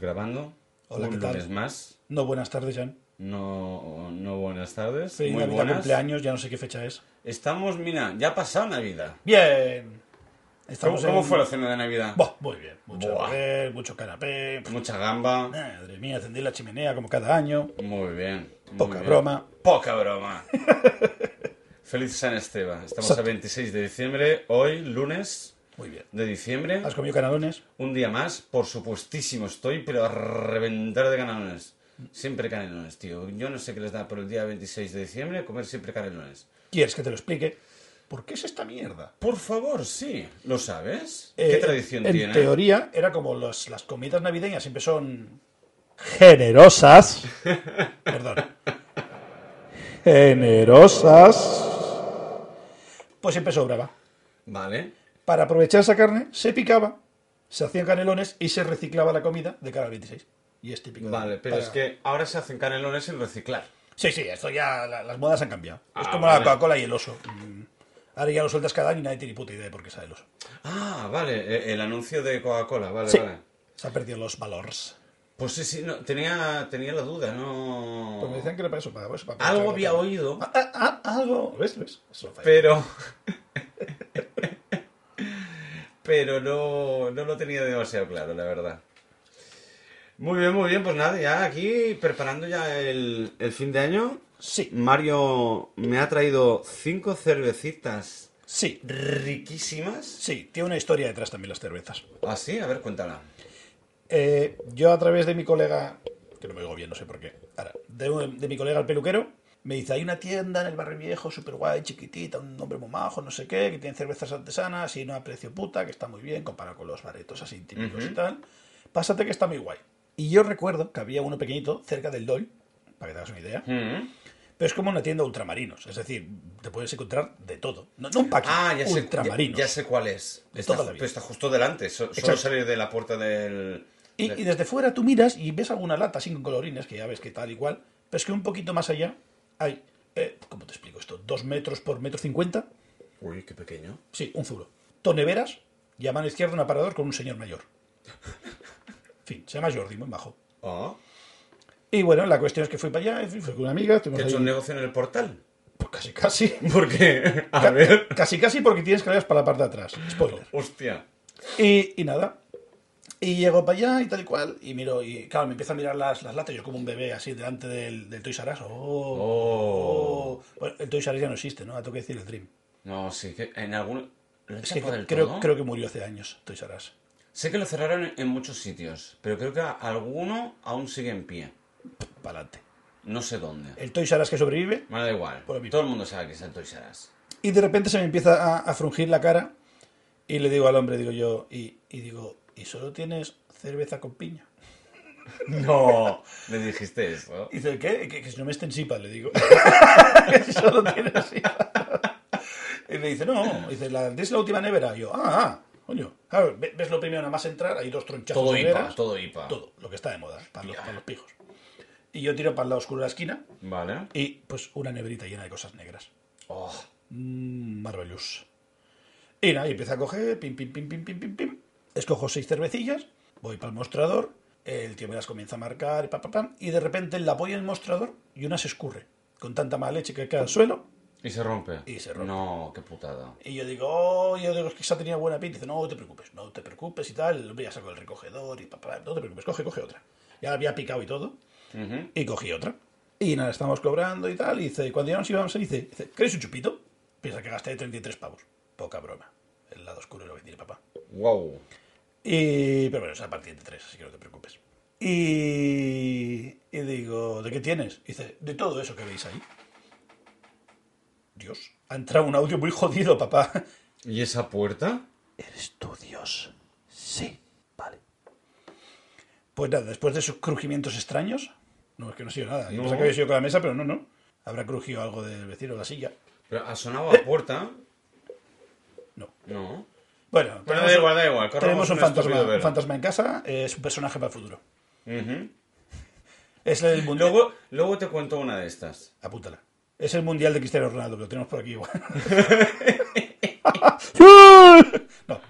grabando. Hola, un ¿qué tal? lunes más. No, buenas tardes, Jan. No, no buenas tardes. Feliz Muy Navidad, buenas. cumpleaños, ya no sé qué fecha es. Estamos, mira, ya ha pasado Navidad. Bien. ¿Cómo, Estamos cómo en- fue la cena de Navidad? Buah, muy bien. Mucho Buah. café, mucho canapé. Pff, Mucha gamba. Madre mía, encendí la chimenea como cada año. Muy bien. muy Poca bien. broma. Poca broma. Feliz San Esteban. Estamos a Exacto. 26 de diciembre, hoy, lunes Muy bien. de diciembre. ¿Has comido canadones? Un día más, por supuestísimo, estoy, pero a reventar de canelones. Siempre canelones, tío. Yo no sé qué les da por el día 26 de diciembre comer siempre canelones. ¿Quieres que te lo explique? ¿Por qué es esta mierda? Por favor, sí. ¿Lo sabes? Eh, ¿Qué tradición en tiene? teoría, era como los- las comidas navideñas siempre son generosas. Perdón. Generosas. Pues siempre sobraba. Vale. Para aprovechar esa carne, se picaba, se hacían canelones y se reciclaba la comida de cara al 26. Y es típico. de- Vale, pero para- es que ahora se hacen canelones sin reciclar. Sí, sí, esto ya. la- las modas han cambiado. es Ah, como vale. la Coca-Cola y el oso. Mm. Ahora ya lo sueltas cada año y nadie tiene ni puta idea de por qué sale el oso. Ah, vale, eh, el anuncio de Coca-Cola, vale, Sí. vale. Se han perdido los valores. Pues sí, sí, no, tenía, tenía la duda, no... Pues me decían que era para eso, para eso. Para Oh. Algo aprovechar había la- oído, Ah, ah, ah, algo. ¿Ves? ¿Ves? Eso lo falla. pero... pero no, no lo tenía demasiado claro, la verdad. Muy bien, muy bien, pues nada, ya aquí preparando ya el, el fin de año. Sí, Mario me ha traído cinco cervecitas sí, riquísimas. sí. Tiene una historia detrás también las cervezas. Ah, sí, a ver, cuéntala. Eh, yo a través de mi colega, que no me oigo bien, no sé por qué, ahora, de, un- de mi colega el peluquero, me dice, hay una tienda en el barrio viejo, súper guay, chiquitita, un hombre muy majo, no sé qué, que tiene cervezas artesanas y no a precio puta, que está muy bien comparado con los baretos así típicos y tal. Pásate que está muy guay. Y yo recuerdo que había uno pequeñito cerca del Dol, para que te hagas una idea, Mm. pero es como una tienda de ultramarinos, es decir, te puedes encontrar de todo. No, no un paquete, Ah, ya sé, ultramarinos. ya, ya sé cuál es. Está, Toda la vida. pero está justo delante. so- solo Exacto. salir de la puerta del. Y, del- y desde fuera tú miras y ves alguna lata sin colorines, que ya ves que tal y cual, pero es que un poquito más allá hay, eh, ¿cómo te explico esto? ¿Dos metros por metro cincuenta? Uy, qué pequeño. Sí, un zulo. Toneveras y a mano izquierda un aparador con un señor mayor. En fin, se llama Jordi, muy bajo. Ah. Oh, Y bueno, la cuestión es que fui para allá, en fin, fui con una amiga, que estuvimos ha hecho Pues ahí- un negocio en el portal. pues casi casi. Porque, a Ca- ver. Casi casi porque tienes escaleras para la parte de atrás. Spoiler. Hostia. Y, y nada. Y llego para allá y tal y cual. Y miro, y claro, me empiezo a mirar las, las latas. Yo como un bebé así delante del, del Toys R Us. Oh. Oh, oh. Bueno, el Toys R Us ya no existe, ¿no? Ah, Tengo que decir el Dream. No, sí, que en algún. ¿Lo Es echan que por del creo, todo? creo que murió hace años Toys R Us. Sé que lo cerraron en- en muchos sitios, pero creo que a- alguno aún sigue en pie. Para adelante. No sé dónde. El Toys R Us que sobrevive. Bueno, da igual. Por lo mismo. Todo el mundo sabe que es el Toys R Us. Y de repente se me empieza a, a frungir la cara. Y le digo al hombre, digo yo, y, y digo, ¿y solo tienes cerveza con piña? No. Le dijiste eso. Y dice, ¿qué? Que, que si no me estén sipa, le digo. Que si solo tiene sipa. Y me dice, no, dice, la, es la última nevera. Y yo, ah, ah, coño. Claro, ve- ves lo primero, nada más entrar, hay dos tronchazos Todo de IPA, neveras. todo IPA. Todo, lo que está de moda, para los, para los pijos. Y yo tiro para el lado oscuro de la esquina Vale. y, pues, una neverita llena de cosas negras. Oh. Mm, Marvelous. Y nada, y empiezo a coger, pim, pim, pim, pim, pim, pim, pim. Escojo seis cervecillas, voy para el mostrador, el tío me las comienza a marcar, y pa, pa, pam, y de repente la apoyo en el mostrador y una se escurre, con tanta mala leche que cae al suelo. Y se rompe. Y se rompe. No, qué putada. Y yo digo, oh, yo digo, es que esa tenía buena pinta. Y dice, no te preocupes, no te preocupes y tal. Voy a saco el recogedor y pa, pa, no te preocupes, coge, coge otra. Ya había picado y todo. Ujú. Y cogí otra. Y nada, estamos cobrando y tal. Y dice, cuando ya nos íbamos, dice, dice, ¿queréis un chupito? Piensa que gasté 33 pavos. Poca broma. El lado oscuro lo que tiene papá. Wow. Y, pero bueno, es a partir de 3, así que no te preocupes. Y, y digo, ¿de qué tienes? Dice, de todo eso que veis ahí. Dios, ha entrado un audio muy jodido, papá. ¿Y esa puerta? ¿Eres tú Dios? Sí, vale. Pues nada, después de esos crujimientos extraños, no es que no ha sido nada. Yo No. pensaba que había sido con la mesa, pero no, no. Habrá crujido algo del vecino de la silla. Pero ha sonado a puerta. No. No. Bueno, Pero tenemos da un- igual, da igual. corramos tenemos un fantasma, estúpido un velo. fantasma en casa, eh, es un personaje para el futuro. Ujú. Es el mundial. luego, luego te cuento una de estas. Apúntala. Es el mundial de Cristiano Ronaldo, que lo tenemos por aquí igual. no.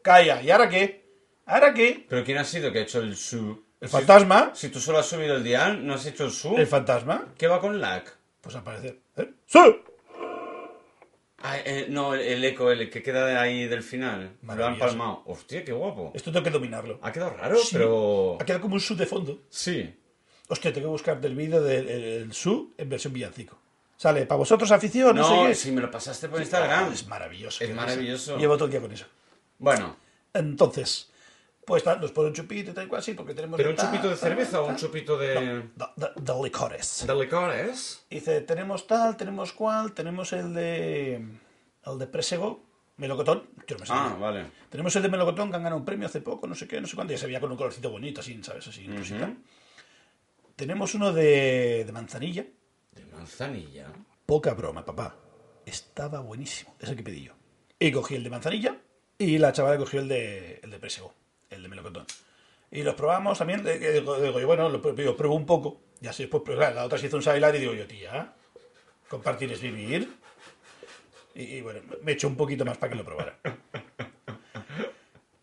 Calla, ¿y ahora qué? ¿Ahora qué? ¿Pero quién ha sido que ha hecho el su? El Si- fantasma. Si, tú solo has subido el dial, no has hecho el su. El fantasma. ¿Qué va con lag? Pues aparece. ¿Eh? ¡Sí! Ah, eh, no, el, el eco, el que queda de ahí del final. Lo han Maravilloso. palmado. Hostia, qué guapo. Esto tengo que dominarlo. Ha quedado raro, Sí. Ah, pero. Ha quedado como un su de fondo. Sí. Hostia, tengo que buscar del vídeo del el- el su en versión villancico. Sale, para vosotros afición, no, sé No, qué. si me lo pasaste por Ah, Instagram. Es maravilloso. Es qué maravilloso. risa. Llevo todo el día con eso. Bueno, Entonces, pues ta- nos pone un chupito y tal y cual, sí, porque tenemos... ¿pero un ta- chupito de ta- cerveza o un ta- chupito de. da- da- de licores. de licores? Dice, tenemos tal, tenemos cual, tenemos el de... El de Presego, melocotón. Yo no me sé. Ah, vale. Tenemos el de melocotón que han ganado un premio hace poco, no sé qué, no sé cuánto. Ya se veía con un colorcito bonito, así, ¿sabes? Así, rosita. Tenemos uno de, de manzanilla. De manzanilla. Poca broma, papá. Estaba buenísimo. Es el que pedí yo. Y cogí el de manzanilla y la chavala cogió el de, el de PSO, el de melocotón. Y los probamos también. eh, eh, Digo digo yo, bueno, lo pr- digo, pruebo un poco. Y así después, pero claro, la otra se hizo un sabilar y digo yo, tía, compartir es vivir. Y, y bueno, me echó un poquito más para que lo probara.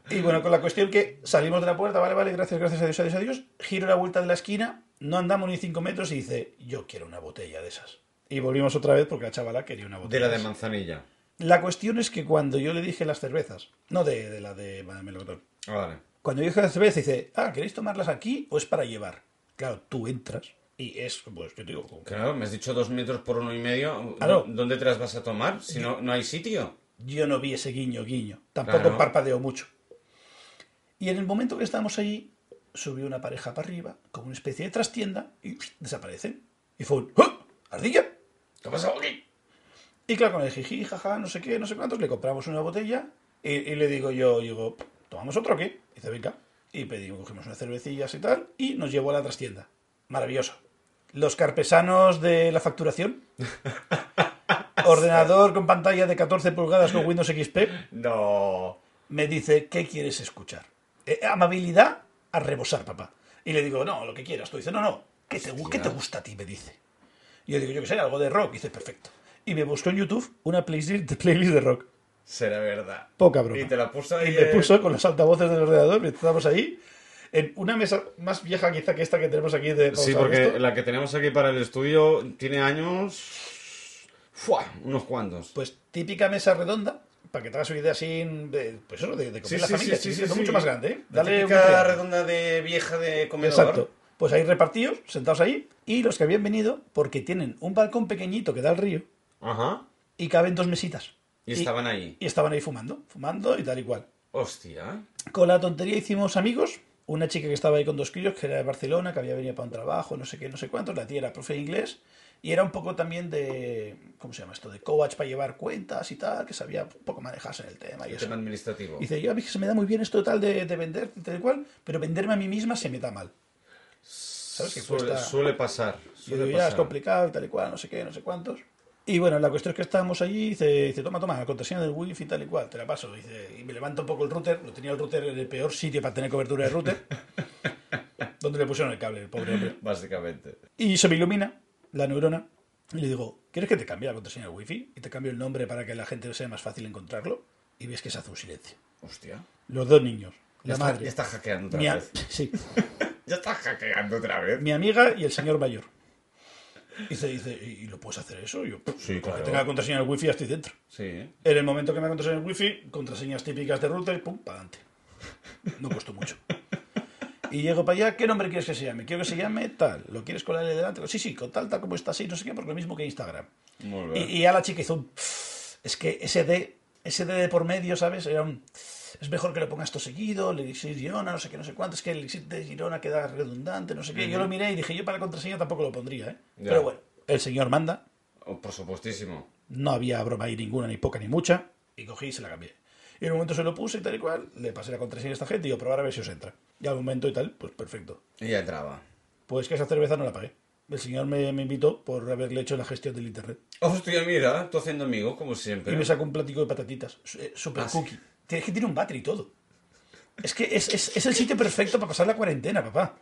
Y bueno, con la cuestión que salimos de la puerta, vale, vale, gracias, gracias, adiós, adiós, adiós. Giro la vuelta de la esquina, no andamos ni cinco metros y dice, yo quiero una botella de esas. Y volvimos otra vez porque la chavala quería una botella. De la de esas. manzanilla. La cuestión es que cuando yo le dije las cervezas, no de, de la de melocotón, Ah, vale. cuando yo dije las cervezas dice, ah, ¿queréis tomarlas aquí o es para llevar? Claro, tú entras y es, pues yo te digo, como que- Claro, me has dicho dos metros por uno y medio. Claro. ¿Dónde te las vas a tomar? Si no, no hay sitio. yo no vi ese guiño, guiño, tampoco Claro. parpadeó mucho. Y en el momento que estábamos allí, subió una pareja para arriba, como una especie de trastienda, y uff, desaparecen. Y fue un, ¡Oh! ¡Ardilla! ¿Qué ha pasado aquí? Y claro, con el jiji, jaja, no sé qué, no sé cuántos, le compramos una botella y, y le digo yo, digo, ¿tomamos otro o qué? Y dice, venga. Y pedimos, cogimos unas cervecillas y tal, y nos llevó a la trastienda. Maravilloso. Los carpesanos de la facturación. ordenador con pantalla de 14 pulgadas con Windows XP. No. Me dice, ¿qué quieres escuchar? Eh, amabilidad a rebosar, papá. Y le digo, no, lo que quieras. Tú dices, no, no, ¿qué te, gu- ¿qué te gusta a ti? Me dice. Y yo digo, yo qué sé, algo de rock. Y dice, perfecto. Y me buscó en YouTube una playlist, playlist de rock. Será verdad. Poca broma. Y te la puso ahí. Y me eh, puso con los altavoces del ordenador, estábamos ahí, en una mesa más vieja quizá que esta que tenemos aquí de Sí, pausar porque esto. la que tenemos aquí para el estudio tiene años. ¡Fua! Unos cuantos. Pues típica mesa redonda, para que te hagas una idea así, de, pues eso, de, de comer Sí, la sí, familia. sí, sí, sí, sí, no sí. mucho más grande, ¿eh? La Dale un típica triángulo. redonda de vieja de comedor. Exacto. Pues ahí repartidos, sentados ahí, y los que habían venido, porque tienen un balcón pequeñito que da al río, Ajá. y caben dos mesitas. Y estaban ahí. y estaban ahí fumando, fumando y tal y cual. Hostia. ¿eh? Con la tontería hicimos amigos, una chica que estaba ahí con dos críos, que era de Barcelona, que había venido para un trabajo, no sé qué, no sé cuántos, la tía era profe de inglés, y era un poco también de, ¿cómo se llama esto? De coach para llevar cuentas y tal, que sabía un poco manejarse en el tema y El eso. tema administrativo. Dice, yo a mí se me da muy bien esto tal de, de vender, tal y cual, pero venderme a mí misma se me da mal. ¿Sabes qué Suele, cuesta? suele pasar. Y yo Suele digo, ya pasar. es complicado y tal y cual, no sé qué, no sé cuántos. Y bueno, la cuestión es que estábamos allí y dice, dice, toma, toma, la contraseña del wifi y tal y cual, te la paso. Dice, y me levanto un poco el router, lo tenía el router en el peor sitio para tener cobertura de router, donde le pusieron el cable, el pobre hombre. Básicamente. Y se me ilumina la neurona y le digo, ¿quieres que te cambie la contraseña del wifi? Y te cambio el nombre para que a la gente sea más fácil encontrarlo. Y ves que se hace un silencio. Hostia. Los dos niños, Ya la está, madre, ya está hackeando otra mi a- vez. sí, Ya está hackeando otra vez. mi amiga y el señor mayor. Y se dice, ¿y y lo puedes hacer eso? Y yo, Sí, Porque claro. tenga contraseña del wifi ya estoy dentro. Sí, ¿eh? En el momento que me contraseña el wifi, contraseñas típicas de router, pum, para adelante. No costó mucho. Y llego para allá, ¿qué nombre quieres que se llame? Quiero que se llame tal. ¿Lo quieres con la L delante? Sí, sí, con tal, tal como está, sí, no sé qué, porque lo mismo que Instagram. Muy Y, bien. y a la chica hizo un... Es que ese D, ese D de por medio, ¿sabes? Era un... Es mejor que le pongas esto seguido, el elixir Girona, no sé qué, no sé cuánto. Es que el elixir de Girona queda redundante, no sé qué. Yo lo miré y dije, yo para la contraseña tampoco lo pondría, ¿eh? Ya. Pero bueno, el señor manda, Oh, por supuestísimo. no había broma ahí ninguna, ni poca ni mucha. Y cogí y se la cambié. Y en un momento se lo puse y tal y cual. Le pasé la contraseña a esta gente y yo probar a ver si os entra. Y al momento y tal, pues perfecto. Y ya entraba. Pues que esa cerveza no la pagué. El señor me, me invitó por haberle hecho la gestión del internet. Hostia, mira, tú haciendo amigos, como siempre. Y me sacó un platico de patatitas. su- eh, Super Eh. Ah, sí. cookie. Tienes que tiene un battery y todo. Es que es, es- es el sitio perfecto para pasar la cuarentena, papá.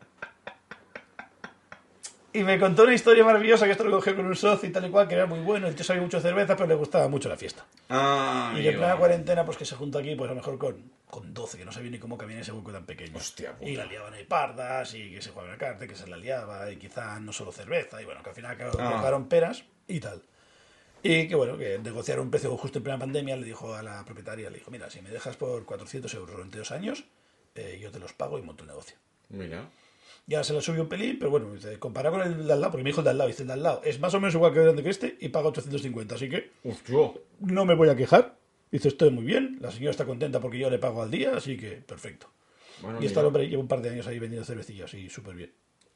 Y me contó una historia maravillosa que esto lo cogió con un socio y tal y cual, que era muy bueno. El tío sabía mucho de cerveza, pero le gustaba mucho la fiesta. Ah, Y que en amigo. plena cuarentena, pues que se junta aquí, pues a lo mejor con, con 12, que no sabía ni cómo cabía en ese hueco tan pequeño. Hostia puta. Y la liaban ahí pardas, y que se jugaba la carta, que se la liaba, y quizá no solo cerveza, y bueno, que al final acabaron Ah. cortaron peras y tal. Y que bueno, que negociaron un precio justo en plena pandemia, le dijo a la propietaria, le dijo, mira, si me dejas por 400 euros durante dos años, eh, yo te los pago y monto el negocio. Mira. Ya se la subió un pelín, pero bueno, dice, comparado con el de al lado, porque me dijo el de al lado, dice el de al lado, es más o menos igual que grande que este y paga 850, así que Hostia. no me voy a quejar. Dice, estoy muy bien, la señora está contenta porque yo le pago al día, así que perfecto. Bueno, y está amigo. el hombre, lleva un par de años ahí vendiendo cervecillas y súper bien.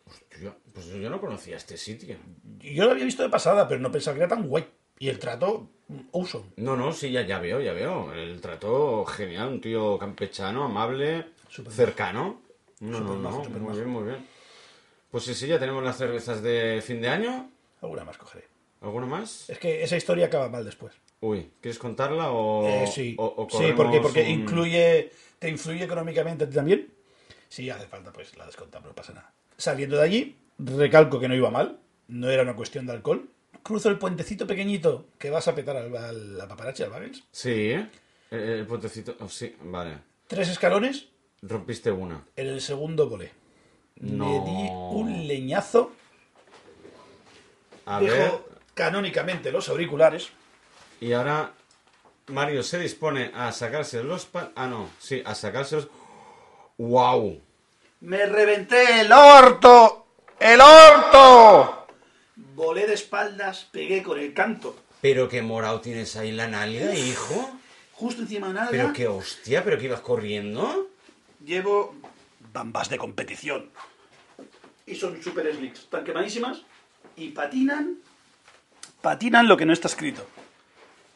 Hostia, Pues yo no conocía este sitio. Y Yo lo había visto de pasada, pero no pensaba que era tan guay. Y el trato, mm, awesome, No, no, sí, ya, ya veo, ya veo. El trato genial, un tío campechano, amable, Súper cercano. No, Súper no, majo, no, súper muy majo. bien, muy bien. Pues sí, sí, ya tenemos las cervezas de fin de año. alguna más cogeré. ¿Alguna más? Es que esa historia acaba mal después. Uy, ¿quieres contarla o, Eh, sí, o- o sí porque, corremos porque un- incluye, te influye económicamente a ti también. Si hace falta, pues la descontamos, no pasa nada. Saliendo de allí, recalco que no iba mal, no era una cuestión de alcohol. Cruzo el puentecito pequeñito que vas a petar al, al, al paparazzi, al Bagels. Sí, ¿eh? El, el puentecito... oh, sí, vale. Tres escalones, Rompiste una. en el segundo volé. Me No. di un leñazo, A dejo ver, canónicamente los auriculares. y ahora Mario se dispone a sacarse los... pa- Ah, no, sí, a sacarse los... ¡Wow! ¡Me reventé el orto! ¡El orto! Volé de espaldas, pegué con el canto. Pero qué morado tienes ahí la nalga, hijo. Justo encima de nada. Pero qué hostia, pero que ibas corriendo. Llevo bambas de competición. Y son super slicks. Están quemadísimas. Y patinan. Patinan lo que no está escrito.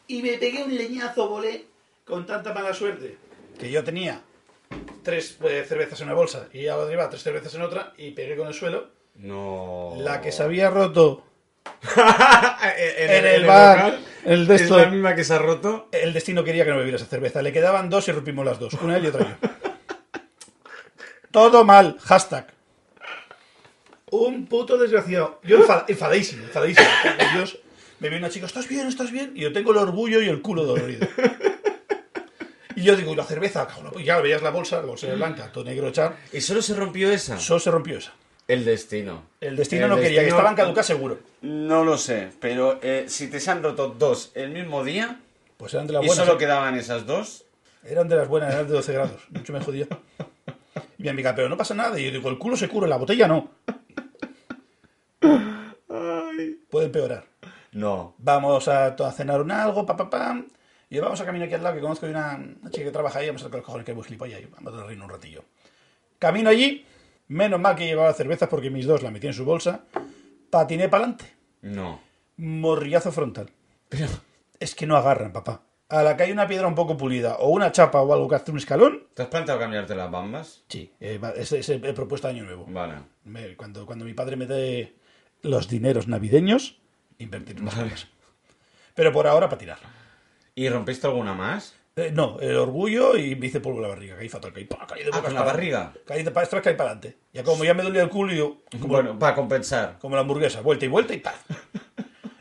Y me pegué un leñazo, volé. Con tanta mala suerte. Que yo tenía tres eh, cervezas en una bolsa y a la deriva tres cervezas en otra y pegué con el suelo. No. La que se había roto, en, en el bar, local, el de es esto. la misma que se ha roto. el destino quería que no bebiera esa cerveza. Le quedaban dos y rompimos las dos. Una él y otra yo. Todo mal. Hashtag. Un puto desgraciado. Yo enfa- enfadadísimo, enfadadísimo. Dios, me viene una chica, ¿estás bien? ¿Estás bien? Y yo tengo el orgullo y el culo dolorido. Y yo digo, ¿y la cerveza? Cago en la pu-". Y ya veías la bolsa, la bolsa era blanca, todo negro, char. Y solo se rompió esa. Solo se rompió esa. El destino. El destino no quería, que destino- estaban caducas seguro. No lo sé, pero eh, si te se han roto dos el mismo día Pues eran de las y buenas. solo ¿eh? quedaban esas dos. Eran de las buenas, eran de 12 grados. Mucho me jodía. Y mi amiga, pero no pasa nada. Y yo digo, el culo se cura, la botella no. Puede empeorar. No. Vamos a, to- a cenar un algo, pa, pa, pam. Y vamos a caminar aquí al lado, que conozco una, una chica que trabaja ahí. Vamos a tocar los cojones que es muy gilipollas. Y vamos a reino un ratillo. Camino allí. Menos mal que llevaba cervezas porque mis dos la metí en su bolsa. Patiné para adelante. No. Morrillazo frontal. Pero es que no agarran, papá. A la que hay una piedra un poco pulida o una chapa o algo que hace un escalón, ¿Te has planteado cambiarte las bambas? Sí, eh, va- es, es, eh, propuesta de año nuevo. Vale. Me- cuando, cuando mi padre me dé los dineros navideños, invertir en las cosas. Pero por ahora para tirar. ¿Y rompiste alguna más? Eh, no, el orgullo y me hice polvo la barriga. Caí fatal, caí, pa, caí de Ah, boca con la barriga. Caí de para atrás, caí para adelante. Ya como ya me dolía el culo, yo, como, Bueno, para compensar. como la hamburguesa, vuelta y vuelta y pa.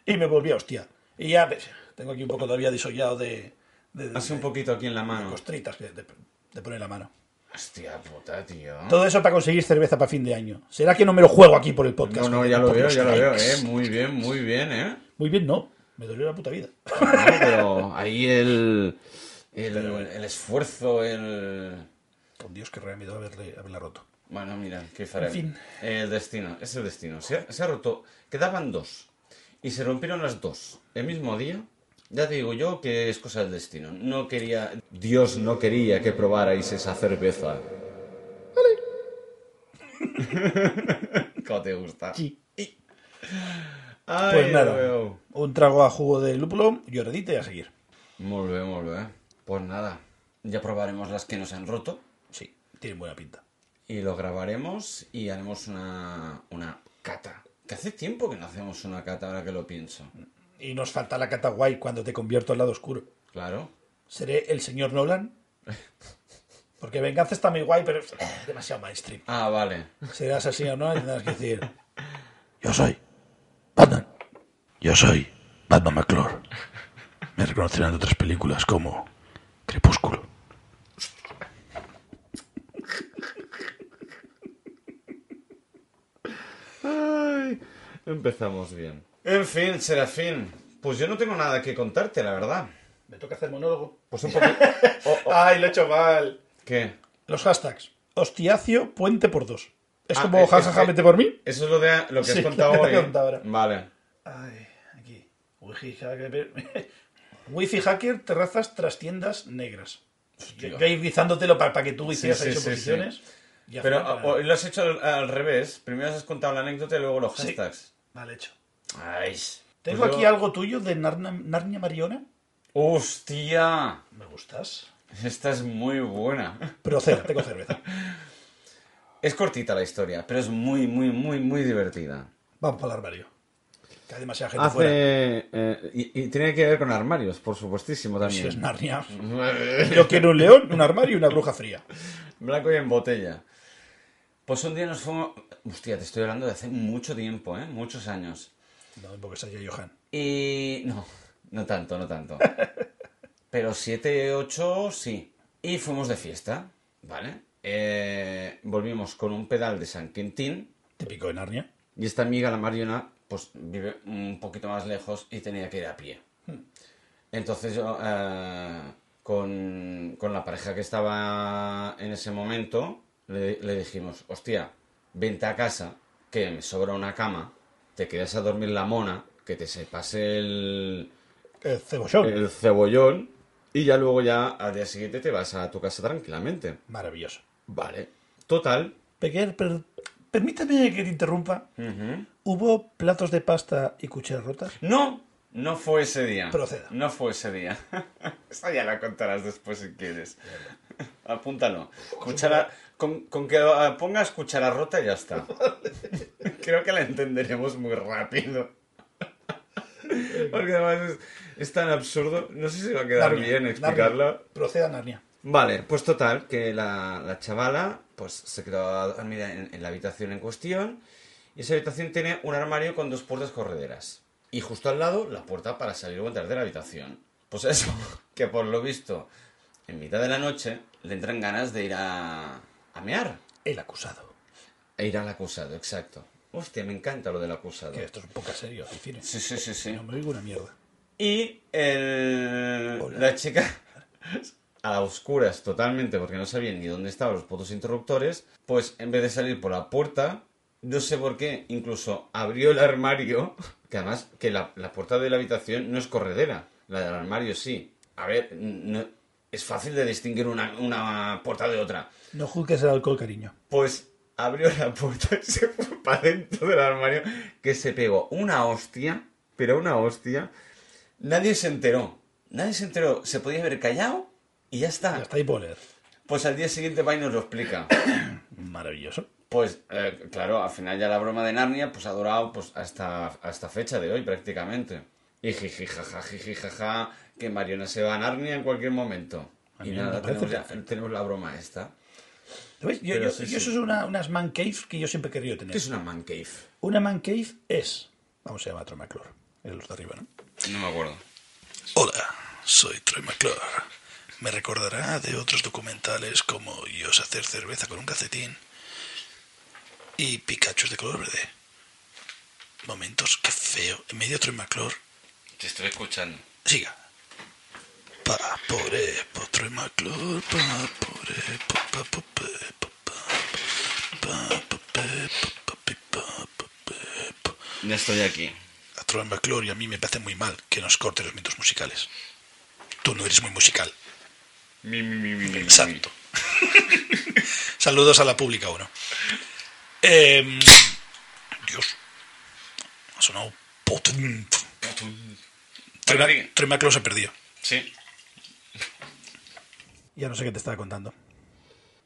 Y me volví a hostia. Y ya ves, tengo aquí un poco todavía disollado de, de, de- Hace un poquito aquí en la de mano. costritas de, de- de poner la mano. Hostia puta, tío. Todo eso para conseguir cerveza para fin de año. ¿Será que no me lo juego aquí por el podcast? No, no, Porque ya lo tampoco veo, los ya lo veo, eh. likes. Muy bien, muy bien, eh. Muy bien, no. Me dolió la puta vida. No, pero ahí el, el, el esfuerzo, el... Con Dios, que realmente miedo haberle, haberla roto. Bueno, mira, ¿qué faré? En fin. El destino, es el destino. Se, ha- se ha roto, quedaban dos. Y se rompieron las dos. El mismo día, ya te digo yo que es cosa del destino. No quería... Dios no quería que probarais esa cerveza. Vale. ¿Cómo te gusta? Sí. Ay, Pues nada. Déu. Un trago a jugo de lúpulo, lloradita y a seguir. Molt bé, molt bé. Pues nada, ya probaremos las que nos han roto Sí, tiene buena pinta. y lo grabaremos y haremos una, una cata. Que hace tiempo que no hacemos una cata, ahora que lo pienso. Y nos falta la cata guay cuando te convierto al lado oscuro. Claro. ¿Seré el señor Nolan? Porque venganza está muy guay, pero es demasiado mainstream. Ah, vale. Serás el señor Nolan y tendrás que decir... Yo soy Batman. Yo soy Batman McClure. Me reconocerán de otras películas como Crepúsculo. Ay, empezamos bien. En fin, Serafín, pues yo no tengo nada que contarte, la verdad. Me toca hacer monólogo. Pues un poco... Oh, oh, Ay, lo he hecho mal. ¿Qué? Los hashtags. Hostiacio puente por dos. Es Ah, como es- jajaja, es- vete por mí. Eso es lo, de, lo que Sí, has contado lo que hoy. he contado ahora. Vale. Ay, aquí. Wifi hacker, Wifi hacker, terrazas tras tiendas negras. Hostia. Yo guizándotelo para que tú hicieras sí, ahí sí, sí. suposiciones. Ya Pero fue, ah, hoy lo has hecho al, al revés. Primero has contado la anécdota y luego los Sí. hashtags. Mal hecho. Ay. pues Tengo yo- aquí algo tuyo de Narnia, Narnia Mariona. ¡Hostia! Me gustas. Esta es muy buena. Pero cero, tengo cerveza. Es cortita la historia, pero es muy, muy, muy, muy divertida. Vamos para el armario. Que hay demasiada gente Hace. fuera. eh, y, y tiene que ver con armarios, por supuestísimo Si también. es Narnia. Yo quiero un león, un armario y una bruja fría. Blanco y en botella. Pues un día nos fuimos. Hostia, te estoy hablando de hace mucho tiempo, ¿eh? Muchos años. No, porque es allá Johan. Y. No, no tanto, no tanto. Pero 7, 8, sí. Y fuimos de fiesta, ¿vale? Eh, volvimos con un pedal de San Quintín. Típico de Narnia. Y esta amiga, la Mariona, pues vive un poquito más lejos y tenía que ir a pie. Entonces yo, eh, con, con la pareja que estaba en ese momento, le, le dijimos, hostia, vente a casa, que me sobra una cama, te quedas a dormir la mona, que te se pase el, El Eh, cebollón. el cebollón y ya luego ya al día siguiente te vas a tu casa tranquilamente. Maravilloso. Vale. Total. Pequer, per- permítame que te interrumpa. Ujú. ¿Hubo platos de pasta y cucharas rotas? No, no fue ese día. Proceda. No fue ese día. Esa ya la contarás después si quieres. Apúntalo. Cuchara, con, con que ah, pongas cuchara rota ya está. Creo que la entenderemos muy rápido. Porque además es, es tan absurdo. No sé si va a quedar Narnia, bien explicarlo. Narnia. Proceda, Narnia. Vale, pues total, que la, la chavala pues se quedó a dormir en, en la habitación en cuestión y esa habitación tiene un armario con dos puertas correderas y justo al lado la puerta para salir o entrar de la habitación. Pues eso, que por lo visto en mitad de la noche le entran ganas de ir a, a mear El acusado. e ir al acusado, exacto. Hostia, me encanta lo del acusado. Que esto es un poco serio, al cine. Sí, sí, sí, sí. No me digo una mierda. Y el- Hola. la chica, a oscuras totalmente, porque no sabía ni dónde estaban los putos interruptores, pues en vez de salir por la puerta, no sé por qué, incluso abrió el armario, que además que la, la puerta de la habitación no es corredera, la del armario sí. A ver, no- es fácil de distinguir una, una puerta de otra. No juzgues el alcohol, cariño. Pues abrió la puerta y se fue para dentro del armario, que se pegó una hostia, pero una hostia. Nadie se enteró, nadie se enteró, se podía haber callado y ya está. Ya está ahí poler. Pues al día siguiente va y nos lo explica. Maravilloso. Pues eh, claro, al final ya la broma de Narnia pues ha durado pues hasta, hasta fecha de hoy prácticamente. Y jiji, jaja, jiji, jaja, que Mariona se va a Narnia en cualquier momento. A Y mí me nada, parece tenemos, ya- perfecto. tenemos la broma esta. ¿Ves? Yo, Pero yo- sí, yo sí. eso es una, unas man caves que yo siempre he querido ¿Qué tener. es una man cave? Una man cave es... Vamos, se llama Troy McClure. Era los de arriba, ¿no? No me acuerdo. Hola, soy Troy McClure. Me recordará de otros documentales como Yo sé hacer cerveza con un calcetín y Pikachu de color verde. Momentos, qué feo. En medio Troy McClure. Te estoy escuchando. Siga. Pa, poré, po, Troy McClure, pa, poré, po, pa, po, pe, po, pa, po, pa, po, pe, po, pa, pi, pa, po, pe, po. Ya estoy aquí. A Troy McClure y a mí me parece muy mal que nos corte los mitos musicales. Tú no eres muy musical. Mi, mi, mi, mi, mi, mi. Exacto. Saludos a la pública 1. Dios. Ha sonado potente. Vale, Troy sigue. Troy McClure se perdió. Sí. Ya no sé qué te estaba contando.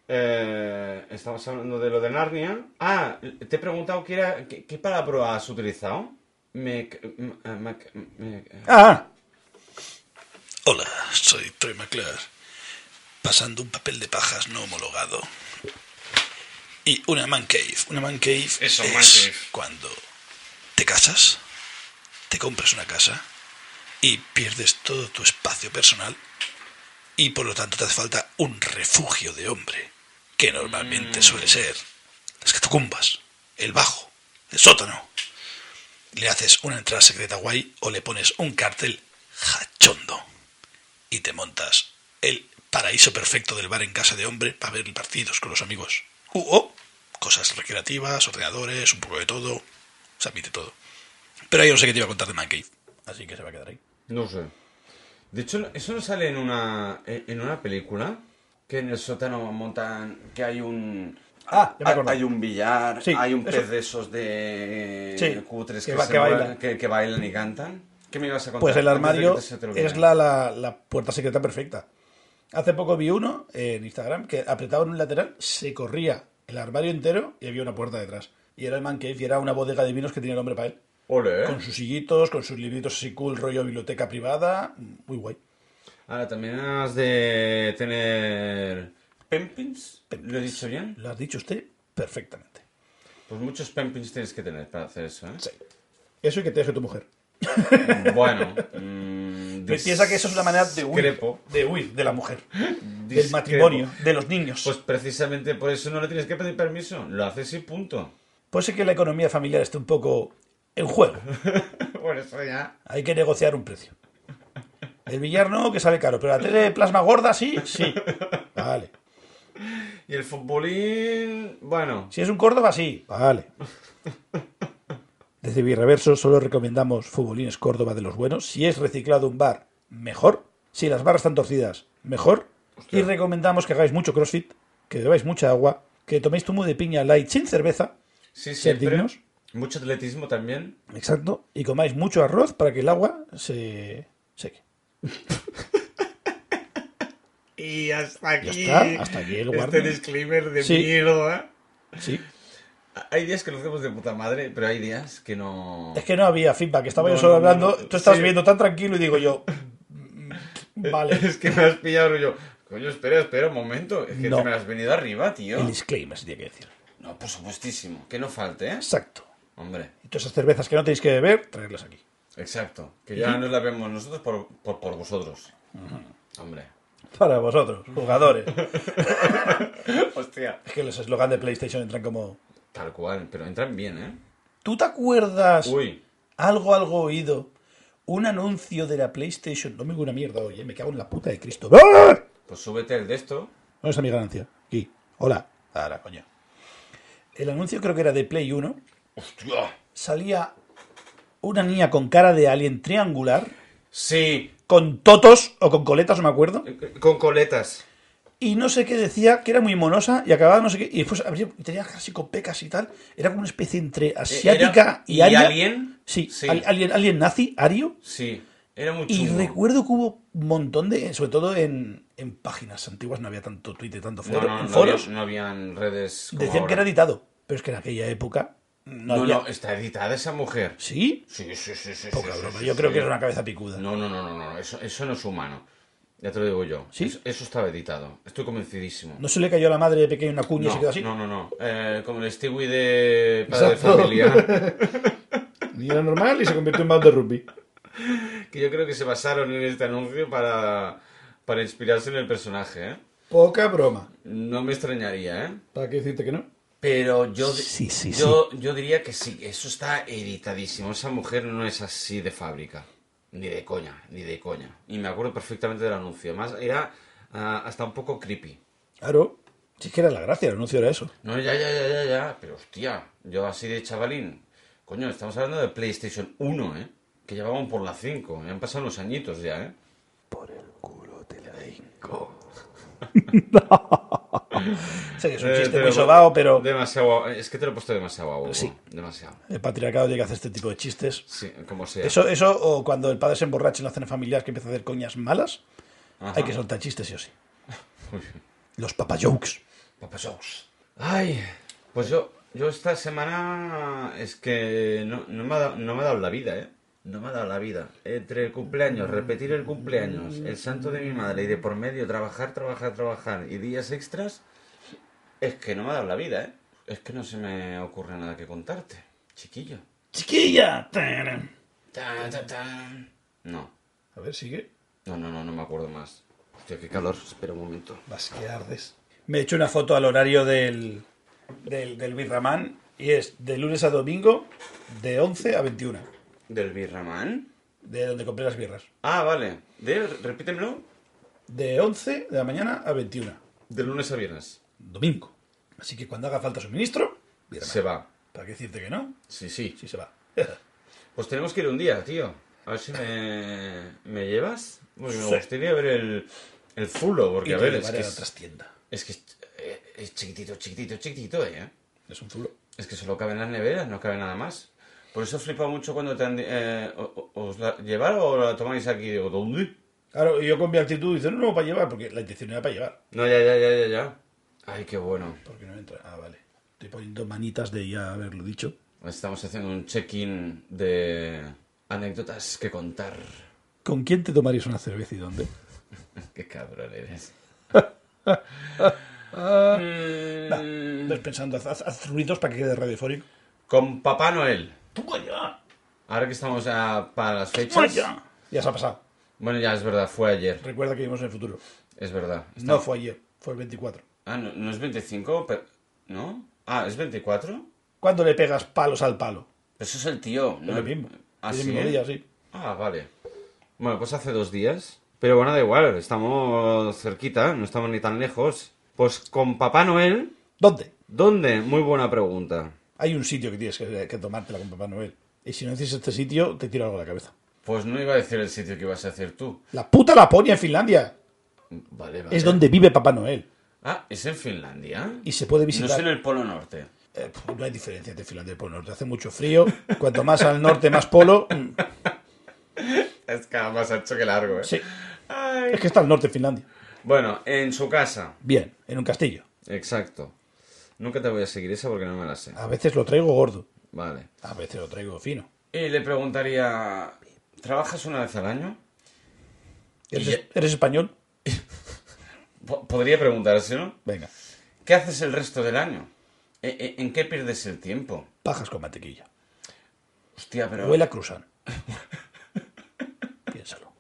Eh, estamos hablando de lo de Narnia. Ah, te he preguntado qué, era, qué, qué palabra has utilizado. Me, me- me- me- Ah. Hola, soy Troy McClure. Pasando un papel de pajas no homologado. Y una man cave. Una man cave Eso, es man cave. cuando casas, te compras una casa y pierdes todo tu espacio personal y por lo tanto te hace falta un refugio de hombre, que Mm. normalmente suele ser las catacumbas, el bajo, el sótano. Le haces una entrada secreta guay o le pones un cartel jachondo y te montas el paraíso perfecto del bar en casa de hombre para ver partidos con los amigos. U o cosas recreativas, ordenadores, un poco de todo. O sea, admite todo. Pero ahí no sé qué te iba a contar de Mancave, así que se va a quedar ahí. No sé. De hecho, eso no sale en una, en una película que en el sótano montan que hay un... Ah, ya me hay- acordé. Hay un billar, Sí, hay un eso. pez de esos de Sí, cutres que que, ba- se que mueven, bailan. que- que bailan y cantan. ¿Qué me ibas a contar? Pues el Antes de armario que se te olvide. es la, la- la puerta secreta perfecta. Hace poco vi uno eh, en Instagram que apretaba en un lateral, se corría el armario entero y había una puerta detrás. Y era el man cave y era una bodega de vinos que tenía el hombre para él. Ole, ¿eh? Con sus sillitos, con sus libritos así cool, rollo biblioteca privada. Muy guay. Ahora, también has de tener... ¿Pempins? ¿Lo he dicho bien? Lo has dicho usted perfectamente. Pues muchos pempins tienes que tener para hacer eso, ¿eh? Eso y que te deje tu mujer. Bueno... mm, Pero Piensa que eso es una manera de huir. discrepo. De huir de la mujer. Del Discrepo. matrimonio, de los niños. Pues precisamente por eso no le tienes que pedir permiso. Lo haces y punto. Puede ser pues que la economía familiar esté un poco en juego. por eso ya. Hay que negociar un precio. El billar no, que sabe caro, pero la tele de plasma gorda sí, sí. Vale. Y el futbolín. Bueno. Si es un Córdoba, sí. Vale. Desde Birreverso solo recomendamos futbolines Córdoba de los buenos. Si es reciclado un bar, mejor. Si las barras están torcidas, mejor. Y recomendamos que hagáis mucho crossfit, que bebáis mucha agua, que toméis zumo de piña light sin cerveza. Sí, Ser siempre. dignos. Mucho atletismo también. Exacto. Y comáis mucho arroz para que el agua se seque. Y hasta aquí. Ya está, hasta aquí el Este warning. disclaimer de Sí. mierda. Sí. Hay días que lo hacemos de puta madre, pero hay días que no. Es que no había feedback, estaba No, yo solo no, no. hablando, tú estabas Sí. viendo tan tranquilo y digo yo, mm, vale, Es que me has pillado yo. Coño, espera, espera un momento. Es que No. te me has venido arriba, tío. el disclaimer se tiene que decir. No, por supuestísimo. Que no falte, ¿eh? Exacto. Hombre. Y todas esas cervezas que no tenéis que beber, traerlas aquí. Exacto. Que ya nos la vemos nosotros por, por, por vosotros. Hombre. Para vosotros, jugadores. Hostia. es que los eslogan de PlayStation entran como, Tal cual, pero entran bien, ¿eh? ¿tú te acuerdas Uy. algo, algo oído? Un anuncio de la PlayStation, no me digo una mierda hoy, eh, me cago en la puta de Cristo. ¡Ah! Pues súbete el de esto. ¿Dónde está mi ganancia? Aquí. Hola. Ahora, coño. El anuncio creo que era de Play 1. ¡Hostia! Salía una niña con cara de alien triangular, Sí. con totos o con coletas, no me acuerdo. eh, Con coletas. Y no sé qué decía, que era muy monosa y acababa no sé qué. Y después abría- y tenía casi con pecas y tal. Era como una especie entre asiática E-, Eh, Era- y aria. alien? Sí, Sí. al- alien, alien nazi, ario. Sí. Era muy Y chungo. recuerdo que hubo un montón de, sobre todo en, en páginas antiguas, no había tanto Twitter, tanto No, foro, no, en no, foros. había- no habían redes. Como Decían que era ahora. editado, pero es que en aquella época no, No, había. no, está editada esa mujer. ¿Sí? Sí, sí, sí, sí. Poca sí, broma, sí, yo sí, creo sí. que era una cabeza picuda. No, no, no, no, no. Eso, eso no es humano. Ya te lo digo yo. ¿Sí? Eso, eso estaba editado. Estoy convencidísimo. No se le cayó a la madre de pequeño una cuña y se quedó así. no, no, no. Eh, como el Stewie de Padre Exacto. de Familia. Ni era normal y se convirtió en bando de rugby. que yo creo que se basaron en este anuncio para, para inspirarse en el personaje, ¿eh? Poca broma. No me extrañaría, ¿eh? ¿Para qué decirte que no? Pero yo, di- Sí, sí, yo, yo diría que sí, eso está editadísimo. Esa mujer no es así de fábrica. Ni de coña, ni de coña. Y me acuerdo perfectamente del anuncio. Además, era ah, hasta un poco creepy. Claro. Si es que era la gracia, el anuncio era eso. No, ya, ya, ya, ya, ya. Pero hostia, yo así de chavalín. Coño, estamos hablando de PlayStation 1, ¿eh? Que llevaban por la 5. Ya han pasado unos añitos ya, ¿eh? Por el culo te la sé que es un Eh, chiste te muy lo- sobao, pero Demasiado. Es que te lo he puesto demasiado agudo. Sí. Demasiado. el patriarcado llega a hacer este tipo de chistes. Sí, como sea. Eso, eso o cuando el padre se emborracha en la cena familiar que empieza a hacer coñas malas, Ajá. hay que soltar chistes, sí o sí. Muy bien. Los papayokes. Papasauce. Pues, Ay, pues yo, yo esta semana es que no, no me ha dado, no me ha dado la vida, ¿eh? No me ha dado la vida. Entre el cumpleaños, repetir el cumpleaños, el santo de mi madre y de por medio trabajar, trabajar, trabajar y días extras, es que no me ha dado la vida, ¿eh? Es que no se me ocurre nada que contarte, chiquillo. Chiquilla. Tarán. Tan, tan, tan. No, A ver, sigue. no, no, no, no me acuerdo más. Hostia, qué calor. Espera un momento. Vas que ardes. Me he hecho una foto al horario del, del, del Birramán y es de lunes a domingo de 11 a 21, ¿Del birramán? de donde compré las birras. Ah, vale. De, repítemelo. De 11 de la mañana a 21, De lunes a viernes. domingo. Así que cuando haga falta suministro, Birramán. Se va. ¿Para qué decirte que no? Sí, sí. Sí se va. Pues tenemos que ir un día, tío. A ver si me, me llevas. Porque Sí. me gustaría ver el, el zulo, porque y a te ver, es llevaré que a es, otras tiendas. es que es, eh, es chiquitito, chiquitito, chiquitito, eh. Es un zulo. Es que solo caben las neveras, no cabe nada más. Por eso flipa mucho cuando te han, di- eh, o- o- os la llevar o la tomáis aquí. Digo, ¿dónde? Claro, y yo con mi actitud dice, no, no, para llevar, porque la intención era para llevar. No, ya, ya, ya, ya, ya. Ay, qué bueno. Porque no entra. Ah, vale. Estoy poniendo manitas de ya haberlo dicho. Estamos haciendo un check-in de anécdotas que contar. ¿Con quién te tomarías una cerveza y dónde? qué cabrón eres. Mm, Estás pensando, haz, haz- haz ruidos para que quede radiofónico. Con Papá Noel. ¡Toma ya! Ahora que estamos a- para las ¡Toma fechas. ya! Ya se ha pasado. Bueno, ya es verdad, fue ayer. Recuerda que vivimos en el futuro. Es verdad. No fue ayer, fue el 24. Ah, no, no es 25, pero. ¿No? Ah, ¿es 24? ¿Cuándo le pegas palos al palo? Eso es el tío, ¿no? Es lo mismo. ¿Ah, es sí? el mismo día, sí. Ah, vale. Bueno, pues hace dos días. Pero bueno, da igual, estamos cerquita, no estamos ni tan lejos. Pues con Papá Noel, ¿Dónde? ¿dónde? Muy buena pregunta. Hay un sitio que tienes que, que tomártela con Papá Noel. Y si no dices este sitio, te tiro algo a la cabeza. Pues no iba a decir el sitio que ibas a hacer tú. La puta Laponia en Finlandia. Vale, vale. Es donde vive Papá Noel. Ah, ¿es en Finlandia? Y se puede No es visitar. en el Polo Norte. Eh, pf, no hay diferencia entre Finlandia y el Polo Norte. Hace mucho frío. Cuanto más al norte, más polo. Mm, Es cada más ancho que largo, ¿eh? Sí. Ay. Es que está al norte de Finlandia. Bueno, en su casa. Bien, en un castillo. Exacto. Nunca te voy a seguir esa porque no me la sé. A veces lo traigo gordo. Vale. A veces lo traigo fino. Y le preguntaría, ¿trabajas una vez al año? ¿Eres, Y ya- eres español? Po- podría preguntárselo. Venga. ¿Qué haces el resto del año? ¿E- e- ¿En qué pierdes el tiempo? Pajas con mantequilla. Hostia, pero... Huele a cruzán. Piénsalo.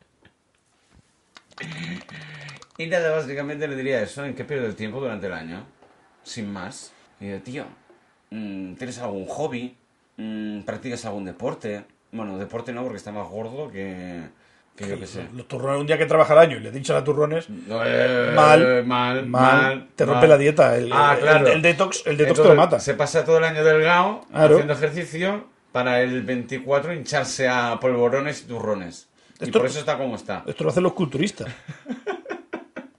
Y nada, básicamente le diría eso, ¿en qué pierdo el tiempo durante el año? Sin más. Y digo, tío, mm, ¿tienes algún hobby? Mm, ¿Practicas algún deporte? Bueno, deporte no, porque está más gordo que... que yo qué sé. Los turrones, un día que trabaja al año y le dinchan a turrones, Eh, Mal, mal, mal, te rompe mal. la dieta. El, Ah, el- claro. el, detox, el detox te lo Entonces, mata. Se pasa todo el año delgado Claro. haciendo ejercicio para el 24 hincharse a polvorones y turrones. Y Esto- por eso está como está. Esto lo hacen los culturistas.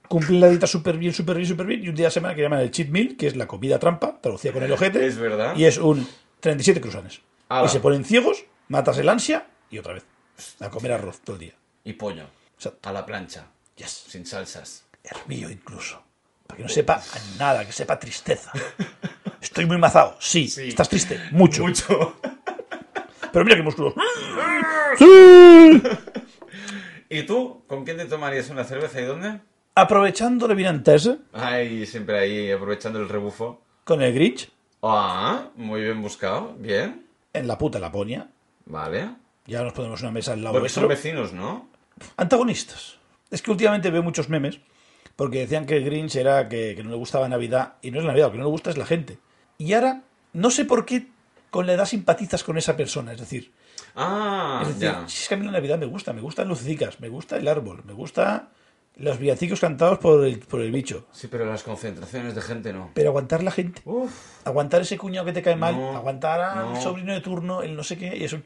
Cumplen la dieta súper bien, súper bien, súper bien. Y un día a la semana que llaman el cheat meal, que es la comida trampa, traducida con el ojete. Es verdad. Ah, Y es un 37 cruzanes. Ala. Y se ponen ciegos, matas el ansia y otra vez. A comer arroz todo el día. Y pollo. Exacto. A la plancha. Yes. Sin salsas. Hermillo incluso. Para que no sepa a nada, que sepa tristeza. Estoy muy mazado. Sí. Sí. Estás triste. Mucho. Mucho. Pero mira qué músculo. Sí. ¿Y tú? ¿Con quién te tomarías una cerveza y dónde? Aprovechando la vinantesa Ay, siempre ahí, aprovechando el rebufo. con el Grinch Ah, muy bien buscado. Bien. en la puta Laponia. Vale. Ya nos ponemos una mesa al lado Porque vuestro. son vecinos, ¿no? Antagonistas. Es que últimamente veo muchos memes porque decían que el Grinch era que, que no le gustaba Navidad y no es Navidad, lo que no le gusta es la gente. Y ahora, no sé por qué con la edad simpatizas con esa persona. Es decir, Ah, es, decir, ya. si es que a mí la Navidad me gusta, me gustan lucicas, me gusta el árbol, me gusta los villancicos cantados por el, por el bicho. Sí, pero las concentraciones de gente no. Pero aguantar la gente, Uf. aguantar ese cuñado que te cae mal, No, aguantar al no. sobrino de turno, el no sé qué, y es un...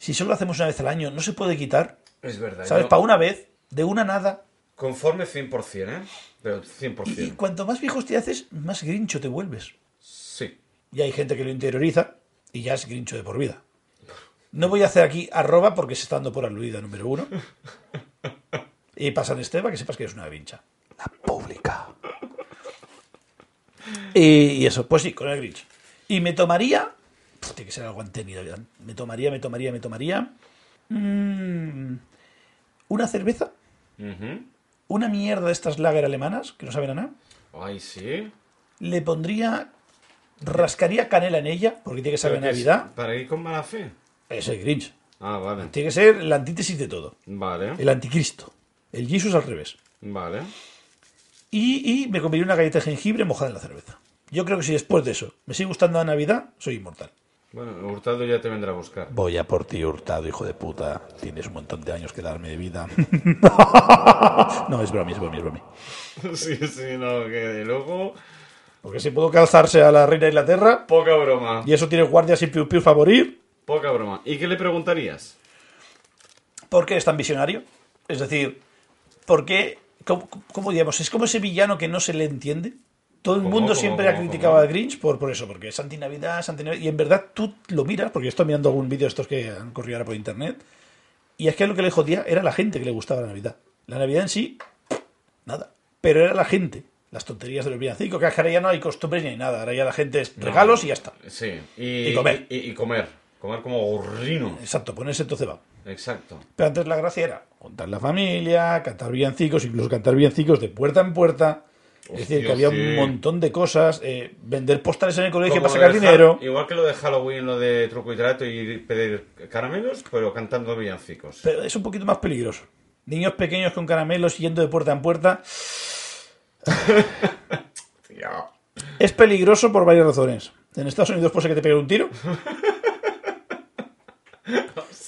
Si solo lo hacemos una vez al año, no se puede quitar. Es verdad. ¿Sabes? yo- Para una vez, de una nada. Conforme 100%, ¿eh? Pero Y, y 100%. cuanto más viejos te haces, más grincho te vuelves. Sí. Y hay gente que lo interioriza y ya es grincho de por vida. No voy a hacer aquí arroba porque se está dando por aludida número uno. Y pasan Esteba, que sepas que eres una vincha. La pública. Y, y eso, pues sí, con el grinch. Y me tomaría... Pf, tiene que ser algo antenido. ya. Me tomaría, me tomaría, me tomaría... mm, una cerveza, Ujú. una mierda de estas lager alemanas, que no saben a nada. Ay, sí. Le pondría Rascaría canela en ella, porque tiene que saber Pero que es- Navidad. ¿Para ir con mala fe? Es el Grinch. Ah, vale. Tiene que ser la antítesis de todo. Vale, El anticristo. El Jesus al revés. vale. Y, y me comería una galleta de jengibre mojada en la cerveza. Yo creo que si después de eso me sigue gustando la Navidad, soy inmortal. Bueno, Hurtado ya te vendrá a buscar. Voy a por ti, Hurtado, hijo de puta. Tienes un montón de años que darme de vida. no, es bromi, es bromi, es bromi. sí, sí, no, que de luego... Porque si puedo calzarse a la reina de Inglaterra, Poca broma, y eso tiene guardias y piu piu para morir, poca broma. ¿Y qué le preguntarías? ¿por qué eres tan visionario? Es decir, ¿por qué? ¿Cómo, cómo digamos? Es como ese villano que no se le entiende. Todo el ¿Cómo, mundo cómo, siempre ha cómo, criticado cómo? a Grinch por, por eso, porque es antinavidad, es antinavidad. Y en verdad tú lo miras, porque estoy mirando algún vídeo de estos que han corrido ahora por internet, y es que lo que le jodía era la gente que le gustaba la Navidad. La Navidad en sí, nada. Pero era la gente. Las tonterías de los villancicos, que ahora ya no hay costumbres ni hay nada. Ahora ya la gente es regalos y ya está. Sí. Y, Y comer. Y, y comer. Comer como gorrino. Exacto, ponerse entonces va. Exacto. Pero antes la gracia era juntar la familia, cantar villancicos, incluso cantar villancicos de puerta en puerta. es Hostia, decir, que había sí. un montón de cosas. eh, vender postales en el colegio Como para lo pues sacar de Ha- dinero. Igual que lo de Halloween, lo de truco y trato y pedir caramelos, pero cantando villancicos. Pero es un poquito más peligroso. Niños pequeños con caramelos yendo de puerta en puerta. Tío. Es peligroso por varias razones. En Estados Unidos puede ser que te peguen un tiro.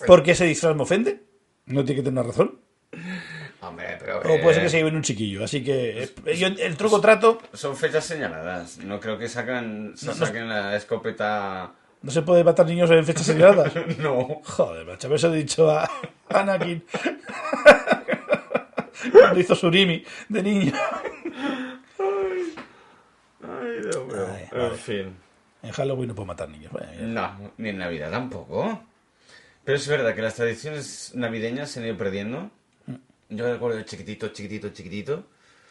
Porque ese disfraz me ofende. No tiene que tener una razón. Hombre, pero... O puede ser eh, Pues, que se lleven un chiquillo. Así que eh, yo el truco trato Son fechas señaladas. No creo que sacan, se No, no. saquen la escopeta... no se puede matar niños en fechas señaladas. No. Joder, macho, me he dicho a Anakin cuando hizo Surimi de niño. Ay, Dios mío. Ay, en vale. fin. En Halloween no puedo matar niños. Bueno, ya. No, ni en Navidad tampoco. Pero es verdad que las tradiciones navideñas se han ido perdiendo. Yo recuerdo de chiquitito, chiquitito, chiquitito.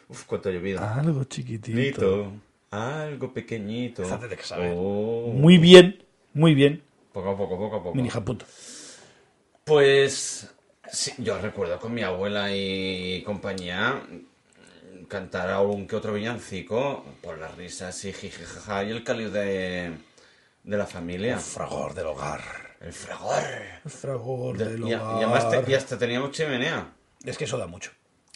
Uf, cuánto ha llovido. Algo chiquitito. Chiquitito, algo pequeñito. Fíjate de que sabe. Oh. Muy bien, muy bien. Poco a poco, poco a poco. Mini punto. Pues sí, yo recuerdo con mi abuela y compañía mm, cantar algún que otro villancico por las risas y jijijaja y el cáliz de, de la familia. Fragor del hogar. El fragor. Fragor De- del y, a- hogar. y además te- y hasta teníamos chimenea. Es que eso da mucho.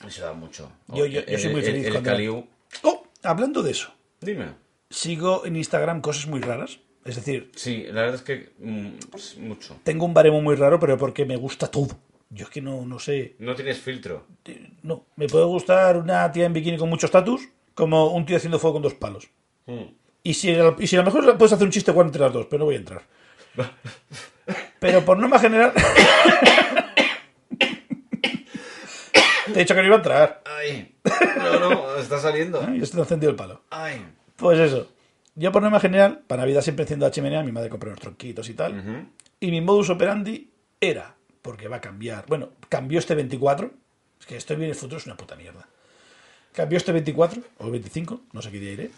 Eso da mucho. Yo- yo- yo soy muy El- feliz El, el cuando- Caliú. Oh, hablando de eso. Dime. Sigo en Instagram cosas muy raras. Es decir, Sí, la verdad es que mm, es mucho. tengo un baremo muy raro, pero porque me gusta todo. Yo es que no, no sé. No tienes filtro. Eh, No, me puede gustar una tía en bikini con mucho estatus, como un tío haciendo fuego con dos palos. Mm. Y si, y si a lo mejor puedes hacer un chiste cual entre las dos, pero no voy a entrar. Pero por norma general. Te he dicho que no iba a entrar. Ay. No, no, está saliendo. ¿eh? Y estoy encendido el palo. Ay. Pues eso. Yo por norma general, para Navidad siempre enciendo la chimenea, mi madre compra unos tronquitos y tal. Ujú. Y mi modus operandi era, porque va a cambiar. Bueno, cambió este 24. Es que estoy bien el futuro, es una puta mierda. Cambió este 24 o 25, no sé qué día iré.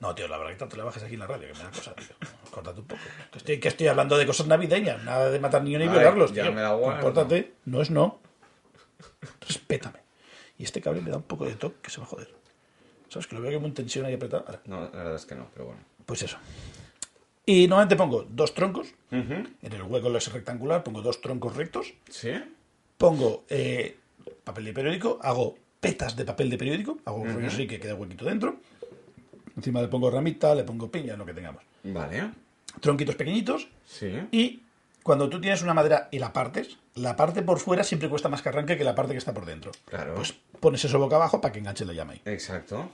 No, tío, la verdad que tanto la bajes aquí en la radio, que me da cosa, tío. Córtate un poco. Que estoy, que estoy hablando de cosas navideñas, nada de matar niños ni Ay, violarlos. ya tío. me la guardo. Compórtate, no es no. Respétame. Y este cable me da un poco de toque que se va a joder. ¿Sabes? Que lo veo que me tensión ahí apretado. Ahora, No, la verdad es que no, pero bueno. Pues eso. Y normalmente pongo dos troncos, Ujú. en el hueco es rectangular, pongo dos troncos rectos, ¿Sí? pongo eh, papel de periódico, hago petas de papel de periódico, hago un rollo así que queda huequito dentro. Encima le pongo ramita, le pongo piña, lo que tengamos. Vale. Tronquitos pequeñitos. Sí. Y cuando tú tienes una madera y la partes, la parte por fuera siempre cuesta más que arranque que la parte que está por dentro. Claro. Pues pones eso boca abajo para que enganche la llama ahí. Exacto.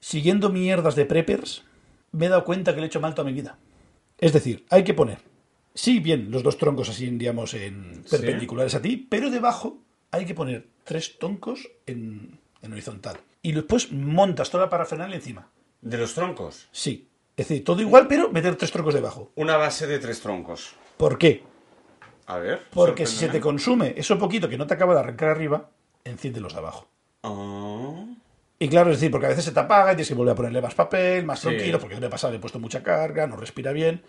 Siguiendo mierdas de preppers, me he dado cuenta que le he hecho mal toda mi vida. Es decir, hay que poner, sí, bien, los dos troncos así, digamos, en Sí. perpendiculares a ti, pero debajo hay que poner tres troncos en, en horizontal. Y después montas toda la parafernalia encima. De los troncos. Sí. Es decir, todo igual, pero meter tres troncos debajo. Una base de tres troncos. ¿Por qué? A ver. Porque si se te sorpréndeme. consume eso poquito que no te acaba de arrancar arriba, enciéndelos de abajo. Ah, Y claro, es decir, porque a veces se te apaga y tienes que volver a ponerle más papel, más Sí. tranquilo, porque me he pasado, le he puesto mucha carga, no respira bien.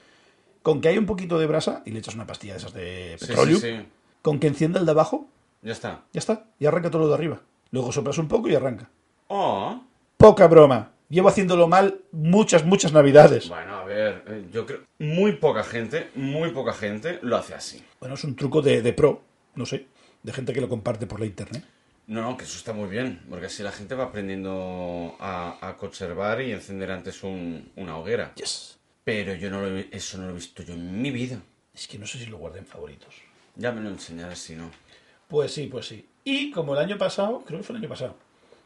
Con que hay un poquito de brasa y le echas una pastilla de esas de Sí, petróleo, sí, sí. con que encienda el de abajo, Ya está. ya está, y arranca todo lo de arriba. Luego soplas un poco y arranca. Oh. Poca broma. Llevo haciéndolo mal muchas, muchas navidades. Bueno, a ver, eh, yo creo... Muy poca gente, muy poca gente lo hace así. Bueno, es un truco de, de pro, no sé, de gente que lo comparte por la internet. No, no, que eso está muy bien, porque así la gente va aprendiendo a, a conservar y encender antes un- una hoguera. Yes. Pero yo no lo he- eso no lo he visto yo en mi vida. Es que no sé si lo guardé en favoritos. Ya me lo enseñarás si no. Pues sí, pues sí. Y como el año pasado, creo que fue el año pasado,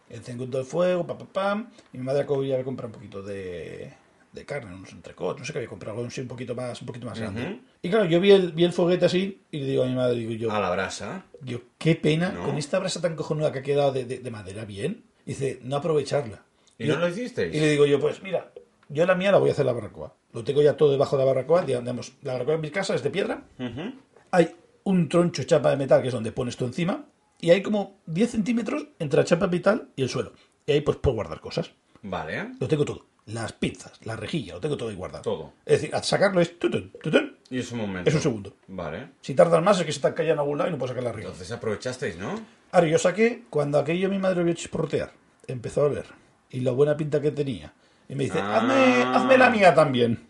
el Cengundo del Fuego, pam, pam, pam, y mi madre acabó de ir a comprar un poquito de, de carne, unos entrecots, no sé qué había comprado, algo así un poquito más, un poquito más grande. Ujú. Y claro, yo vi el, vi el foguete así y le digo a mi madre, digo yo, A la brasa. Digo, qué pena Ah. No. con esta brasa tan cojonuda que ha quedado de, de- de madera bien. Dice, no aprovecharla. ¿Y no lo Y hicisteis? le digo yo, pues mira, yo la mía la voy a hacer la barbacoa. Lo tengo ya todo debajo de la barbacoa. Digamos, la barbacoa en mi casa es de piedra. Ujú. Hay un troncho de chapa de metal, que es donde pones tú encima. Y hay como 10 centímetros entre la chapa de metal y el suelo. Y ahí pues puedo guardar cosas. Vale. Lo tengo todo. Las pinzas, la rejilla, lo tengo todo ahí guardado. Todo. Es decir, al sacarlo es... tutun, tutun. Y es un momento. Es un segundo. Vale. Si tardas más es que se te calla en algún lado y no puedes sacar la rejilla. Entonces aprovechasteis, ¿no? Ahora, yo saqué, cuando aquello mi madre lo vio chisporrotear, empezó a oler, y la buena pinta que tenía. Y me dice, Ah. hazme, hazme la mía también.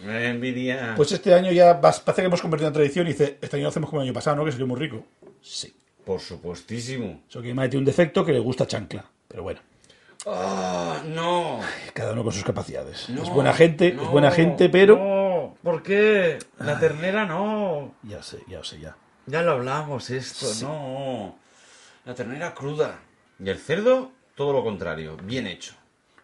Me envidia. Pues este año ya vas- parece que hemos convertido en tradición y dice, este año lo hacemos como el año pasado, ¿no? Que salió muy rico. Sí. Por supuestísimo. Solo que mi madre tiene un defecto que le gusta chancla. Pero bueno, ¡Ah! ¡No! cada uno con sus capacidades. No, es buena gente, es no, buena gente, pero... No, ¿por qué? La ternera no. Ya sé, ya sé, ya. Ya lo hablamos esto, no. La ternera cruda. Y el cerdo, todo lo contrario, bien hecho.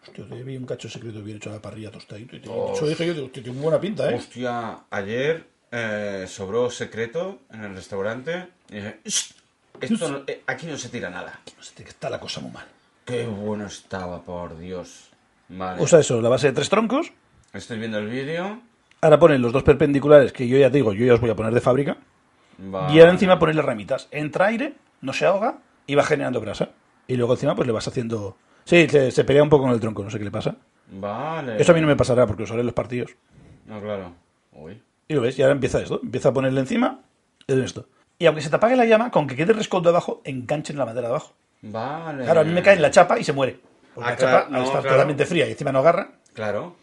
Hostia, te vi un cacho secreto bien hecho a la parrilla tostadito. Y te, Oh. eso dije yo, digo, "Hostia, tiene buena pinta, ¿eh? Hostia, ayer eh, sobró secreto en el restaurante. Y dije, "Shh, esto no- eh, aquí no se tira nada. No sé, está la cosa muy mal. Qué bueno estaba, por Dios. Vale. O sea, eso, la base de tres troncos, Estoy viendo el vídeo. Ahora ponen los dos perpendiculares que yo ya te digo, yo ya os voy a poner de fábrica. Va- Y ahora encima ponen las ramitas. Entra aire, no se ahoga y va generando brasa. Y luego encima pues le vas haciendo... Sí, se, se pelea un poco con el tronco, no sé qué le pasa. Eh. Vale. Eso a mí no me pasará porque os haré los partidos. No, claro. Uy. Y lo ves, y ahora empieza esto. Empieza a ponerle encima en esto. Y aunque se te apague la llama, con que quede el rescoldo abajo, enganchen la madera de abajo. Vale. Claro, a mí me cae en la chapa y se muere. Porque Eh. Ah, la claro, chapa, al no, estar claro. totalmente fría y encima no agarra... Claro.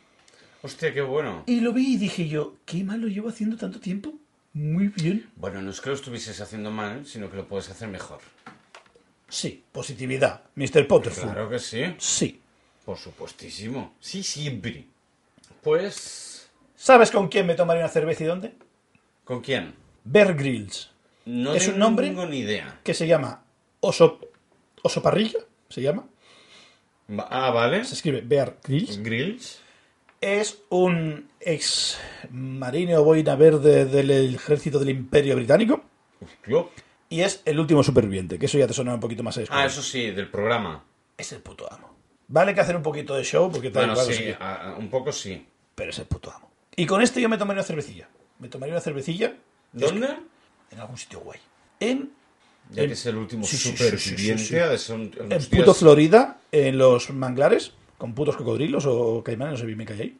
Hostia, qué bueno. Y lo vi y dije yo, ¿qué mal lo llevo haciendo tanto tiempo? Muy bien. Bueno, no es que lo estuvieses haciendo mal, sino que lo puedes hacer mejor. Sí, positividad. Mr. Potterfull. Claro que sí. Sí. Por supuestísimo. Sí, siempre. Pues... ¿Sabes con quién me tomaré una cerveza y dónde? ¿Con quién? Bear Grylls, No ¿Es un tengo nombre? ni idea. que se llama Oso, Oso Parrilla, se llama. Va- Ah, vale. Se escribe Bear Grylls. Grills. Es un ex marine o boina verde del ejército del Imperio Británico Hostia. y es el último superviviente, que eso ya te suena un poquito más a Ah, escuela. eso sí, del programa. Es el puto amo. Vale que hacer un poquito de show porque tal Bueno, claro, sí, sí. a- a- un poco sí. pero es el puto amo. Y con este yo me tomaría una cervecilla. Me tomaría una cervecilla ¿Dónde? en algún sitio guay. En Ya en- que es el último em- sí, sí, sí, superviviente, sí, sí, sí. ha de ser un- En unos puto días- Florida, en los manglares, con putos cocodrilos o caimanes, no sé bien me caí.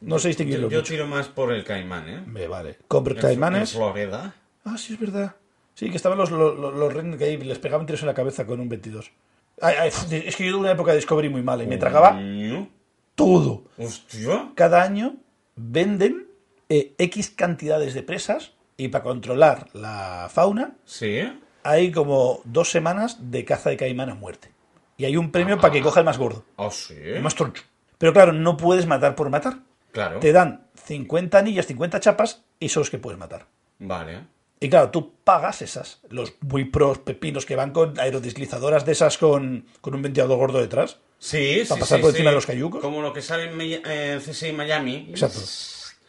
No sé distinguirlo Yo, yo mucho. tiro más por el caimán, ¿eh? Me vale. Compro En- caimanes. En Florida. Ah, sí, es verdad. Sí, que estaban los, los, los, los Ren que ahí les pegaban tiros en la cabeza con un 22. Ay, ay, pf, es que yo tuve una época de Discovery muy mala y Mm. me tragaba Coño. todo. Hostia. Cada año venden eh, X cantidades de presas y para controlar la fauna Sí. hay como dos semanas de caza de caimán a muerte. Y hay un premio para que coja el más gordo. Ah, sí. El más troncho. Pero claro, no puedes matar por matar. Claro. Te dan 50 anillas, 50 chapas y son los que puedes matar. Vale. Y claro, tú pagas esas, los muy pros pepinos que van con aerodeslizadoras de esas con, con un ventilador gordo detrás. Sí, ¿Para sí, pasar sí, por sí. encima de los cayucos? Como lo que sale en Mi- eh, CSI Miami. Exacto.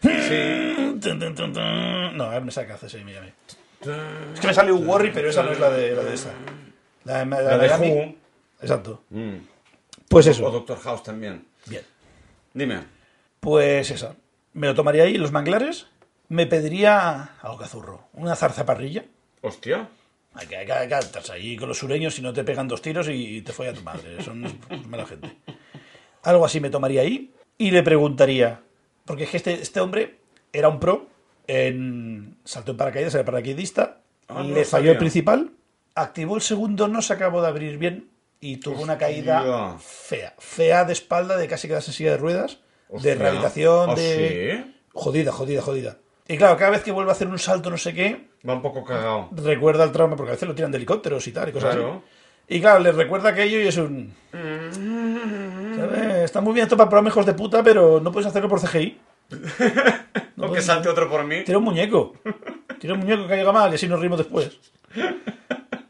Sí. Tun, tun, tun, tun. No, a ver, me saca hace ese, mírame. Es que me sale un Warry, pero esa no es la de, la de esta. La de, la La de de Miami. Who. Exacto. Mm. Pues O eso. Doctor House también. Bien. Dime. Pues esa. Me lo tomaría ahí en los manglares. Me pediría algo cazurro. Una zarzaparrilla. Hostia. Hay que, hay que- hay que adaptarse ahí con los sureños si no te pegan dos tiros y te folla tu madre. Son unos- mala gente. Algo así me tomaría ahí y le preguntaría. Porque es que este, este hombre era un pro en salto en paracaídas, era paracaidista. Ah, no le lo falló sabía. el principal, activó el segundo, no se acabó de abrir bien y tuvo una caída Hostia. fea. Fea de espalda, de casi quedarse en silla de ruedas, Hostia. de rehabilitación, ¿Ah, de. sí? Jodida, jodida, jodida. Y claro, cada vez que vuelve a hacer un salto, no sé qué, Va un poco cagado. recuerda el trauma, porque a veces lo tiran de helicópteros y tal, y cosas Claro. así. Y claro, le recuerda aquello y es un. ¿sabes? Está muy bien esto para programas hijos de puta, pero no puedes hacerlo por CGI. No o que puedes- salte otro por mí. Tira un muñeco. Tira un muñeco que caiga mal y así nos rimos después.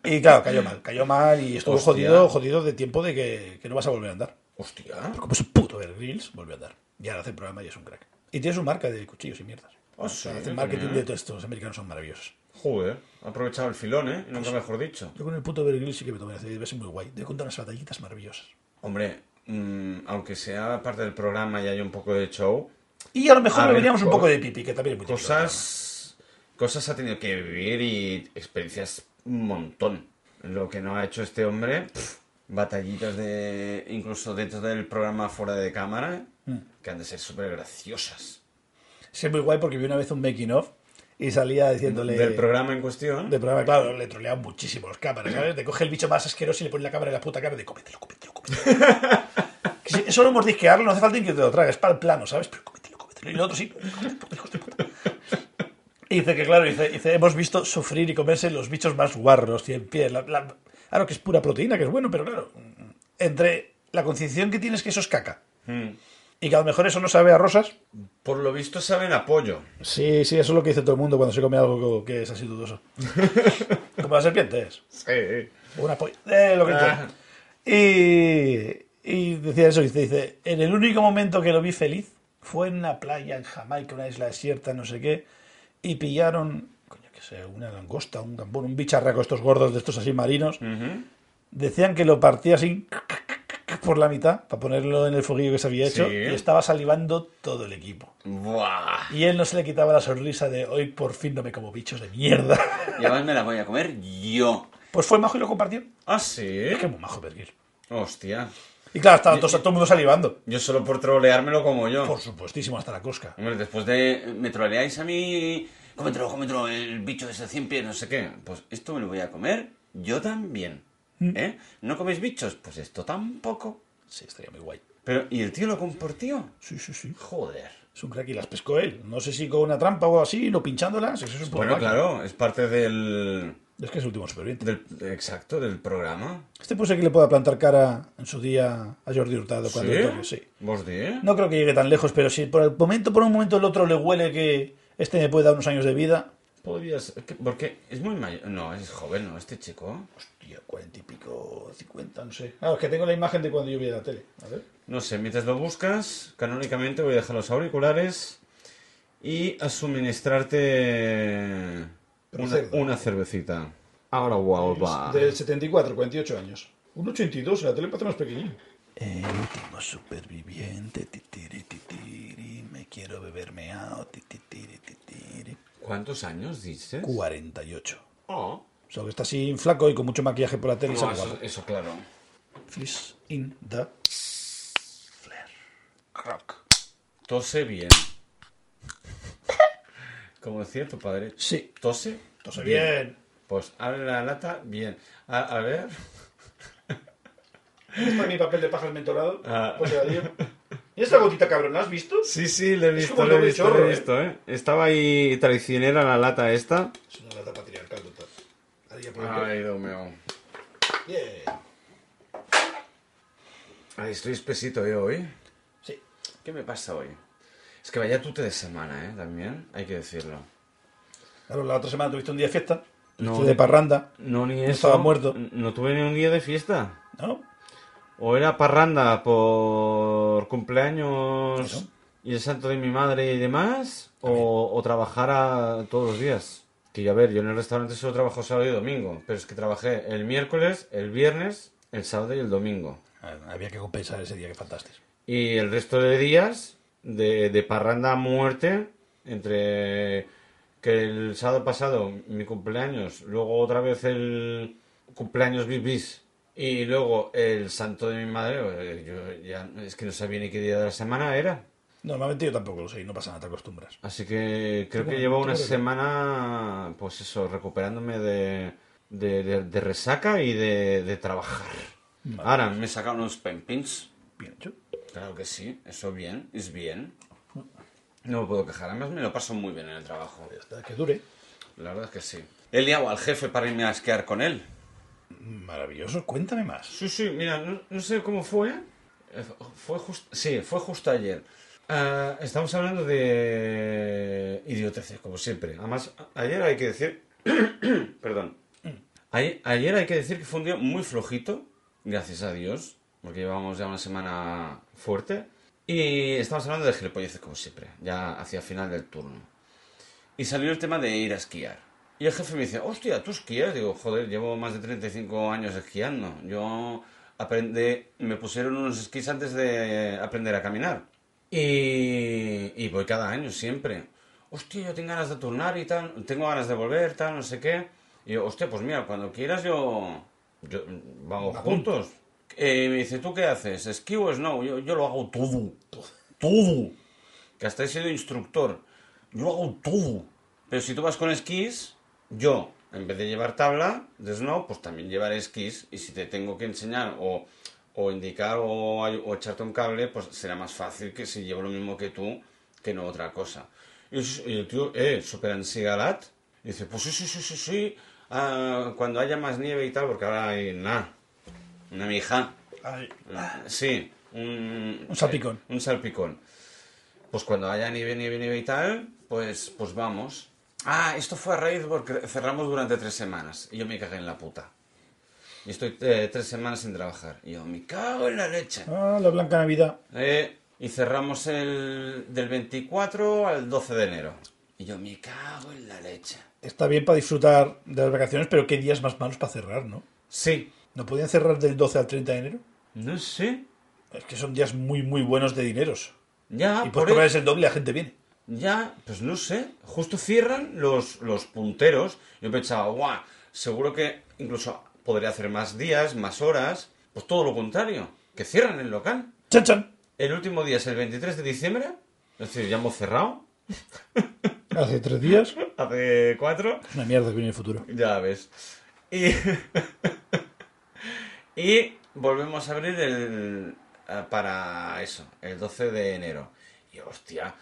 Y claro, cayó mal, cayó mal y estuvo Hostia. jodido, jodido de tiempo de que, que no vas a volver a andar. Hostia. Pero como es un puto ver Grills, volvió a andar. Y ahora hace el programa y es un crack. Y tiene su marca de cuchillos y mierdas. Ah, O sí, sea, hace también. marketing de todos estos americanos son maravillosos. Joder. Ha aprovechado el filón, ¿eh? Y Nunca mejor dicho. Yo con el puto Bear Grylls sí que me tomé, debe ser muy guay. Debe contar unas batallitas maravillosas. Hombre, mm, aunque sea parte del programa y haya un poco de show, Y a lo mejor A le ver, veríamos un co- poco de pipi, que también es muy típico. Pues cosas cosas ha tenido que vivir y experiencias un montón lo que no ha hecho este hombre pf, batallitas de incluso dentro del programa fuera de cámara Mm. que han de ser súper graciosas Sí, es muy guay porque vi una vez un making of y salía diciéndole... del programa en cuestión De programa, claro, le troleaban muchísimo los cámaras, ¿sabes? Te coge el bicho más asqueroso y le pone la cámara en la puta cara de cómetelo, cómetelo, cómetelo. Que si- Solo hemos disquearlo, no hace falta ni que te lo tragues, para el plano, ¿sabes? Pero cómetelo, cómetelo. Y el otro sí. cómetelo, hijos de puta. Y dice que, claro, dice, dice, hemos visto sufrir y comerse los bichos más guarros, cien pies. La, la- Claro que es pura proteína, que es bueno, pero claro, entre la concienciación que tienes que eso es caca. Mm. Y que a lo mejor eso no sabe a rosas. por lo visto saben apoyo Sí, sí, eso es lo que dice todo el mundo cuando se come algo que es así dudoso. Como las serpientes. sí. Una polla. Eh, lo que Ah. quiera. y, y decía eso, dice, dice, en el único momento que lo vi feliz fue en una playa en Jamaica, una isla desierta, no sé qué, y pillaron, coño, que sé, una langosta, un gambón, un bicharraco, estos gordos de estos así marinos. Ujú. Decían que lo partía así por la mitad para ponerlo en el foguillo que se había hecho Sí. y estaba salivando todo el equipo. Buah. Y él no se le quitaba la sonrisa de hoy por fin no me como bichos de mierda. Y además me la voy a comer yo. Pues fue majo y lo compartió. ¿Ah, sí? Es que muy majo, Bergil. Hostia. Y claro, estaba todo, todo el mundo salivando. Yo solo por troleármelo como yo. Por supuestísimo, hasta la cosca. Hombre, después de. Me troleáis a mí. Cómetelo, cómetelo, el bicho de ese 100 pies, no sé qué. Pues esto me lo voy a comer yo también. ¿Eh? ¿No coméis bichos? Pues esto tampoco. Sí, estaría muy guay. Pero, ¿y el tío lo compartió? Sí, sí, sí. Joder. Es un crack y las pescó él. No sé si con una trampa o así, no pinchándolas. Eso es un poco Bueno, crack. claro, es parte del. Es que es el último superviviente. del exacto, del programa. Este puede ser que le pueda plantar cara en su día a Jordi Hurtado cuando le toque, sí. ¿Vos di? No creo que llegue tan lejos, pero si por el momento, por un momento el otro le huele que este me puede dar unos años de vida. Podrías. es que- Porque es muy mayor. No, es joven, ¿no? Este chico. Hostia, cuarenta y pico, cincuenta, no sé. Claro, es que tengo la imagen de cuando yo vi la tele. A ver. No sé, mientras lo buscas, canónicamente voy a dejar los auriculares y a suministrarte una, Procedo. una cervecita. Ahora, wow, va. Del 74, 48 años. Un 82, la tele parece más pequeñín. El último superviviente, titiri, titiri, me quiero beberme a titiri, titiri. ¿Cuántos años dices? 48. Oh. O sea, que está así flaco y con mucho maquillaje por la tele. No, sale eso, guapo. eso, claro. Fish in the flare. Rock. Tose bien. Como decía tu padre. Sí. Tose. Tose bien. Pues abre la lata bien. A, a ver. Este es mi papel de paja el mentolado. Ah. Pues, adiós. ¿Y esa gotita cabrón? ¿La has visto? Sí, sí, le he Es visto, como le he doble visto, chorro, le he ¿eh? visto, ¿eh? Estaba ahí traicionera la lata esta. Es una lata patriarcal total. Ahora ya puedo ver. Ay, Dios mío. Bien. Ay, estoy espesito yo hoy. Sí. ¿Qué me pasa hoy? Es que vaya tute de semana, ¿eh? También, hay que decirlo. Claro, la otra semana tuviste un día de fiesta. No. Tuviste de parranda. No, ni eso. estaba muerto. N- No tuve ni un día de fiesta. ¿No? O era parranda por cumpleaños Eso. y el santo de mi madre y demás, o, o trabajara todos los días. Que a ver, yo en el restaurante solo trabajo sábado y domingo, pero es que trabajé el miércoles, el viernes, el sábado y el domingo. Ah, Había que compensar ese día que faltaste. Y el resto de días de, de parranda a muerte, entre que el sábado pasado mi cumpleaños, luego otra vez el cumpleaños bis bis y luego el santo de mi madre, eh, yo ya es que no sabía ni qué día de la semana era. Normalmente yo tampoco lo sé y no pasa nada, te acostumbras. Así que creo que Bueno, llevo tú una creo que- semana, pues eso, recuperándome de, de, de- de resaca y de, de trabajar. Ahora me he sacado unos penpins. Bien hecho. Claro que sí, eso bien, es bien. No me puedo quejar, además me lo paso muy bien en el trabajo. Ya está, que dure. La verdad es que sí. He liado al jefe para irme a esquiar con él. Maravilloso, cuéntame más. Sí, sí, mira, no, no sé cómo fue. Eh, Fue justo, sí, fue justo ayer. Ah, estamos hablando de idioteces, como siempre. Además, a- ayer hay que decir... Perdón. Ayer, ayer hay que decir que fue un día muy flojito, gracias a Dios, porque llevamos ya una semana fuerte. Y estamos hablando de gilipolleces, como siempre, ya hacia final del turno. Y salió el tema de ir a esquiar. Y el jefe me dice, hostia, ¿tú esquías? Digo, joder, llevo más de 35 años esquiando. Yo aprendí, me pusieron unos esquís antes de aprender a caminar. Y, y voy cada año, siempre. Hostia, yo tengo ganas de turnar y tal, tengo ganas de volver, tal, no sé qué. Y yo, hostia, pues mira, cuando quieras yo... yo- mm, vamos Apunto. juntos. Eh, me dice, ¿tú qué haces? ¿Esquí o snow? Yo, yo lo hago todo. Todo que hasta he sido instructor. Yo hago todo. Pero si tú vas con esquís, yo, en vez de llevar tabla de snow, pues también llevaré esquís. Y si te tengo que enseñar o, o indicar o, ay- o echarte un cable, pues será más fácil que si llevo lo mismo que tú, que no otra cosa. Y, s- y el tío, eh, súper ansigalat. Y dice, pues sí, sí, sí, sí, sí. ah, cuando haya más nieve y tal, porque ahora hay nada. Una mija. Ay, Sí, un, Un salpicón. eh, un salpicón. Pues cuando haya nieve, nieve, nieve y tal, pues, pues vamos. Ah, esto fue a raíz porque cerramos durante tres semanas y yo me cagué en la puta. Y estoy eh, tres semanas sin trabajar. Y yo, me cago en la leche. ah, la Blanca Navidad. Eh, y cerramos el del 24 al 12 de enero. Y yo, me cago en la leche. Está bien para disfrutar de las vacaciones, pero qué días más malos para cerrar, ¿no? Sí. ¿No podían cerrar del 12 al 30 de enero? No sé. Es que son días muy, muy buenos de dineros. Ya, y Ah, por e- cobrar el doble, la gente viene. Ya, pues no sé. Justo cierran los, los punteros. Yo pensaba, guau, seguro que incluso podría hacer más días, más horas. Pues todo lo contrario, que cierran el local. ¡Chan, chan! El último día es el 23 de diciembre. Es decir, ya hemos cerrado. Hace tres días. Hace cuatro. Es una mierda que viene el futuro. Ya ves. Y, y volvemos a abrir el eh, para eso, el 12 de enero. Y hostia,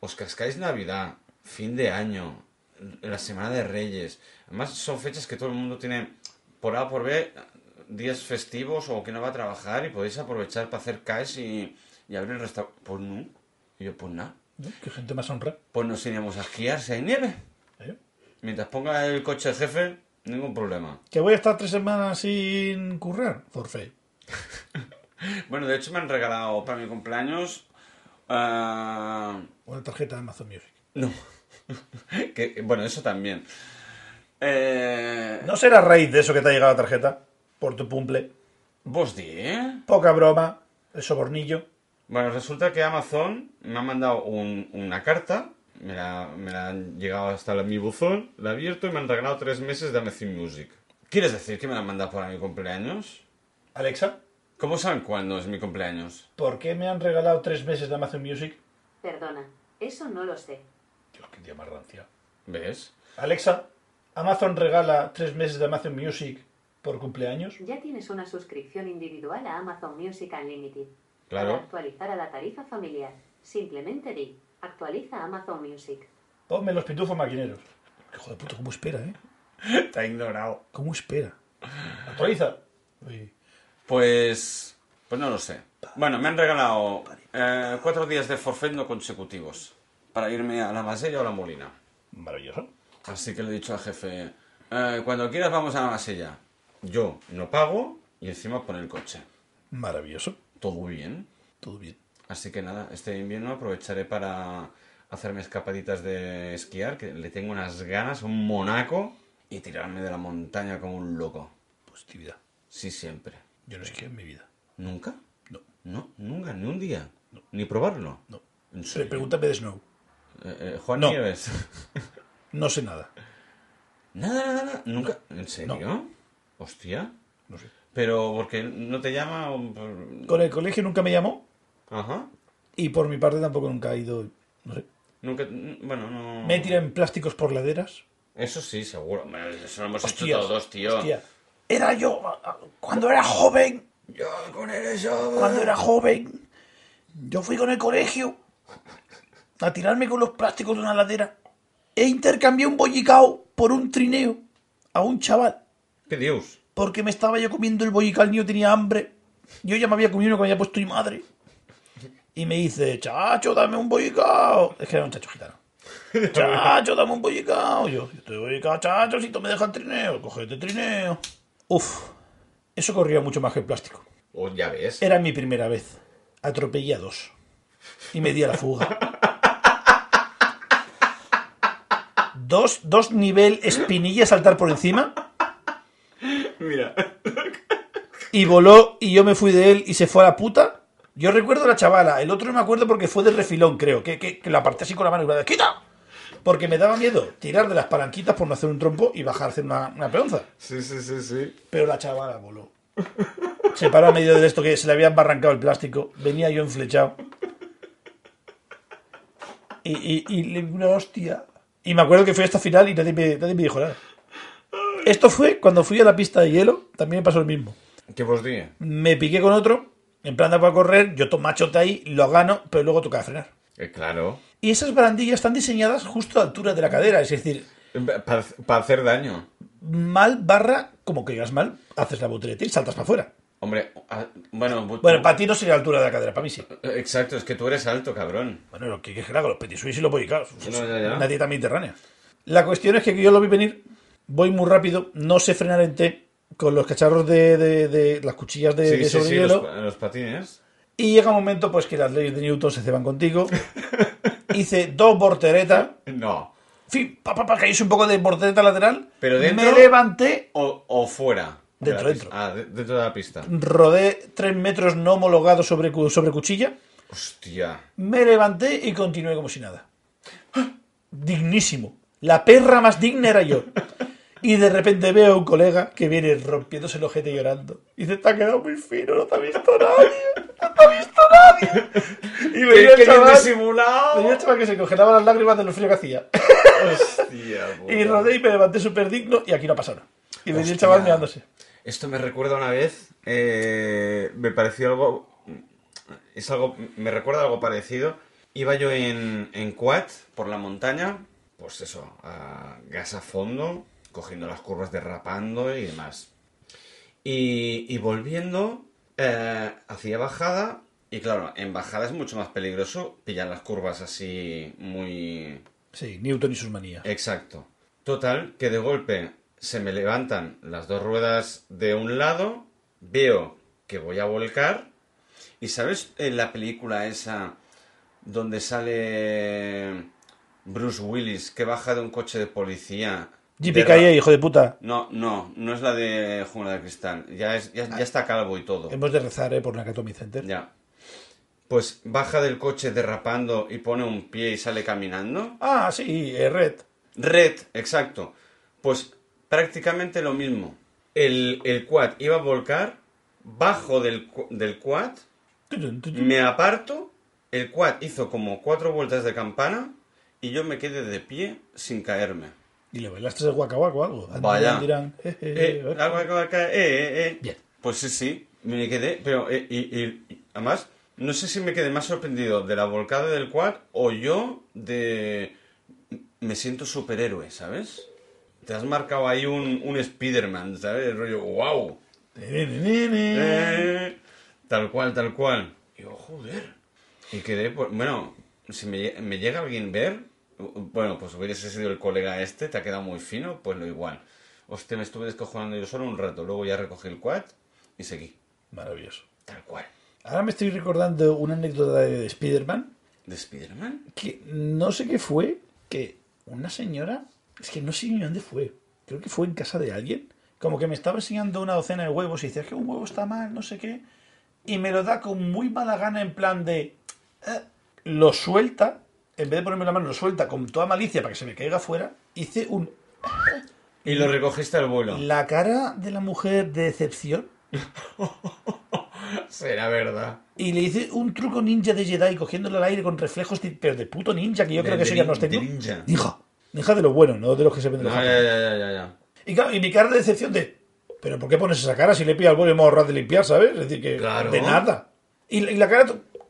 os cascáis Navidad, fin de año, la Semana de Reyes. Además son fechas que todo el mundo tiene por A por B días festivos o que no va a trabajar y podéis aprovechar para hacer cash y, y abrir el restaurante. Pues no. Y yo, pues nada. ¿No? Qué gente más honra. Pues nos iremos a esquiar si hay nieve. ¿eh? Mientras ponga el coche el jefe, ningún problema. Que voy a estar tres semanas sin currar. Forfait. Bueno, de hecho me han regalado para mi cumpleaños... ah, Una tarjeta de Amazon Music. no. Que- bueno, eso también. Eh, ¿No será raíz de eso que te ha llegado la tarjeta? Por tu cumple. Vos di, ¿eh? Poca broma. El sobornillo. Bueno, resulta que Amazon me ha mandado un- una carta. Me la, me la han llegado hasta la- mi buzón. La he abierto y me han regalado tres meses de Amazon Music. ¿Quieres decir que me la han mandado para mi cumpleaños? Alexa, ¿Cómo saben cuándo es mi cumpleaños? ¿por qué me han regalado tres meses de Amazon Music? Perdona, eso no lo sé. Dios, qué día más rancia. ¿Ves? Alexa, Amazon regala tres meses de Amazon Music por cumpleaños. Ya tienes una suscripción individual a Amazon Music Unlimited. Claro. Para actualizar a la tarifa familiar, simplemente di actualiza Amazon Music. Ponme los pitufos maquineros. Que joder puto, ¿cómo espera, eh? Te ha ignorado. ¿Cómo espera? Actualiza. Uy. Pues. Pues no lo sé. Bueno, me han regalado eh, cuatro días de forfait no consecutivos para irme a la Masella o a la Molina. Maravilloso. Así que le he dicho al jefe: eh, cuando quieras, vamos a la Masella. Yo no pago y encima pone el coche. Maravilloso. Todo bien. Todo bien. Así que nada, este invierno aprovecharé para hacerme escapaditas de esquiar, que le tengo unas ganas, un monaco, y tirarme de la montaña como un loco. Positividad. Sí, siempre. Yo no sé qué en mi vida. ¿Nunca? No. No, nunca, ni un día. Ni probarlo. No. ¿En serio? Pero pregúntame de Snow. Eh, eh, Juan No. Nieves. No sé nada. nada, nada, nada. Nunca. ¿En serio? Hostia. No sé. Pero porque no te llama. o por- Con el colegio nunca me llamó Ajá. y por mi parte tampoco nunca ha ido. No sé. Nunca. n- Bueno, no. Me tiran plásticos por laderas. Eso sí, seguro. Bueno, eso lo hemos Hostias, hecho Pues todos, tío. hostia. Era yo, cuando era joven, Yo con el joven. cuando era joven, yo fui con el colegio a tirarme con los plásticos de una ladera e intercambié un bollicao por un trineo a un chaval ¿Qué dios? porque me estaba yo comiendo el bollical, el niño tenía hambre. Yo ya me había comido uno que me había puesto mi madre. Y me dice, chacho, dame un bollicao. Es que era un chacho gitano. Chacho, dame un bollicao. Yo, yo te doy bollicao, chacho, si tú me dejas trineo, cógete trineo. Uf, eso corría mucho más que el plástico. O ya ves. Era mi primera vez. Atropellé a dos. Y me di a la fuga. Dos, dos nivel espinilla saltar por encima. Mira. y voló y yo me fui de él y se fue a la puta. Yo recuerdo a la chavala, el otro no me acuerdo porque fue de refilón, creo, que, que, que la aparté así con la mano y la de ¡quita! Porque me daba miedo tirar de las palanquitas por no hacer un trompo y bajar a hacer una, una peonza. Sí, sí, sí, sí. Pero la chavala voló. Se paró a medio de esto que se le había barrancado el plástico. Venía yo enflechado. Y, y, y le di una hostia. Y me acuerdo que fui hasta final y nadie me, nadie me dijo nada. Esto fue cuando fui a la pista de hielo. También me pasó el mismo ¿Qué vos dije? me piqué con otro, en plan de para correr, yo tomo machote ahí, lo gano, pero luego toca frenar. Eh, claro. Y esas barandillas están diseñadas justo a la altura de la cadera, es decir, Para Eh, hacer daño. mal barra, como que llegas mal, haces la botelleta y saltas para afuera. Hombre, ah, bueno, bu- Bueno, para ti no sería la altura de la cadera, para mí sí. exacto, es que tú eres alto, cabrón. Bueno, lo que quieres que le haga, los petit suisses y los pues, boycars. No, ya, ya. Una dieta mediterránea. La cuestión es que yo lo vi venir, voy muy rápido, no sé frenar en T, con los cacharros de, de- de- las cuchillas de, Sí, de sí, sí, sobrehielo. los, pa- los patines. Y llega un momento pues que las leyes de Newton se ceban contigo. Hice dos volteretas. No. En fin, pa, pa, pa, que hice un poco de voltereta lateral. Pero dentro- Me levanté, O, o fuera. de la Dentro, pista. dentro. Ah, de- dentro de la pista. rodé tres metros no homologado sobre, cu- sobre cuchilla. Hostia. Me levanté y continué como si nada. ¡Ah! Dignísimo. La perra más digna era yo. Y de repente veo a un colega que viene rompiéndose el ojete llorando. Y dice, te ha quedado muy fino, no te ha visto nadie. No te ha visto nadie. Y veía ¡Qué el bien chaval- Tenía el disimulado! chaval que se congelaba las lágrimas de lo frío que hacía. Hostia, puta. Y rodé y me levanté súper digno y aquí no ha pasado nada. Y venía el chaval Hostia. mirándose. Esto me recuerda una vez. eh, me pareció algo. Es algo. Me recuerda algo parecido. Iba yo en, en quad por la montaña. Pues eso, a gas a fondo, cogiendo las curvas, derrapando y demás. Y, y volviendo eh, hacia bajada. Y claro, en bajada es mucho más peligroso pillar las curvas así muy Sí, Newton y sus manías. Exacto. Total, que de golpe se me levantan las dos ruedas de un lado, veo que voy a volcar. ¿Y sabes en la película esa donde sale Bruce Willis que baja de un coche de policía? JPKA, De ra- hijo de puta. No, no, no es la de Jungla de Cristal. Ya, es, ya, ya está calvo y todo. Hemos de rezar eh, por Nakatomi Center. Ya. Pues baja del coche derrapando y pone un pie y sale caminando. Ah, sí, eh, Red. Red, exacto. Pues prácticamente lo mismo. El, el quad iba a volcar, bajo del, cu- del quad, Tutun, tutun. me aparto, el quad hizo como cuatro vueltas de campana y yo me quedé de pie sin caerme. Y le bailaste el guaca guaca o algo. Vaya. Dirán, eh, eh, Eh, eh, algo, algo acá, eh, eh, eh. Bien. Pues sí, sí, me quedé, pero eh, y, y- y además, no sé si me quedé más sorprendido de la volcada del quad o yo de... Me siento superhéroe, ¿sabes? Te has marcado ahí un, un Spider-Man, ¿sabes? El rollo, wow. ne, ne, ne, ne. tal cual, tal cual. Y yo, joder. Y quedé, pues, bueno, si me, lle- me llega alguien ver, u- bueno, pues hubiese sido el colega este, te ha quedado muy fino, pues lo igual. Hostia, me estuve descojonando yo solo un rato, luego ya recogí el quad y seguí. Maravilloso. Tal cual. Ahora me estoy recordando una anécdota de, de Spider-Man. ¿De Spiderman? que no sé qué fue, que una señora, es que no sé ni dónde fue, creo que fue en casa de alguien, como que me estaba enseñando una docena de huevos y dice, es que un huevo está mal, no sé qué, y me lo da con muy mala gana en plan de, "Eh", lo suelta, en vez de ponerme la mano, lo suelta con toda malicia para que se me caiga fuera, hice un... Y lo recogiste al vuelo. La cara de la mujer de decepción Será verdad. y le hice un truco ninja de Jedi cogiéndolo al aire con reflejos de, pero de puto ninja, que yo De- creo de que eso ya nin- no de tengo. ninja. Ninja. Ninja de los buenos, no de los que se venden No, ya, los japoneses. ya, ya, ya, ya. Y claro, y mi cara de decepción de. Pero ¿por qué pones esa cara si le pilla al huevo y hemos ahorrado de limpiar, ¿sabes? Es decir, que Claro. de nada. Y, la- y la cara,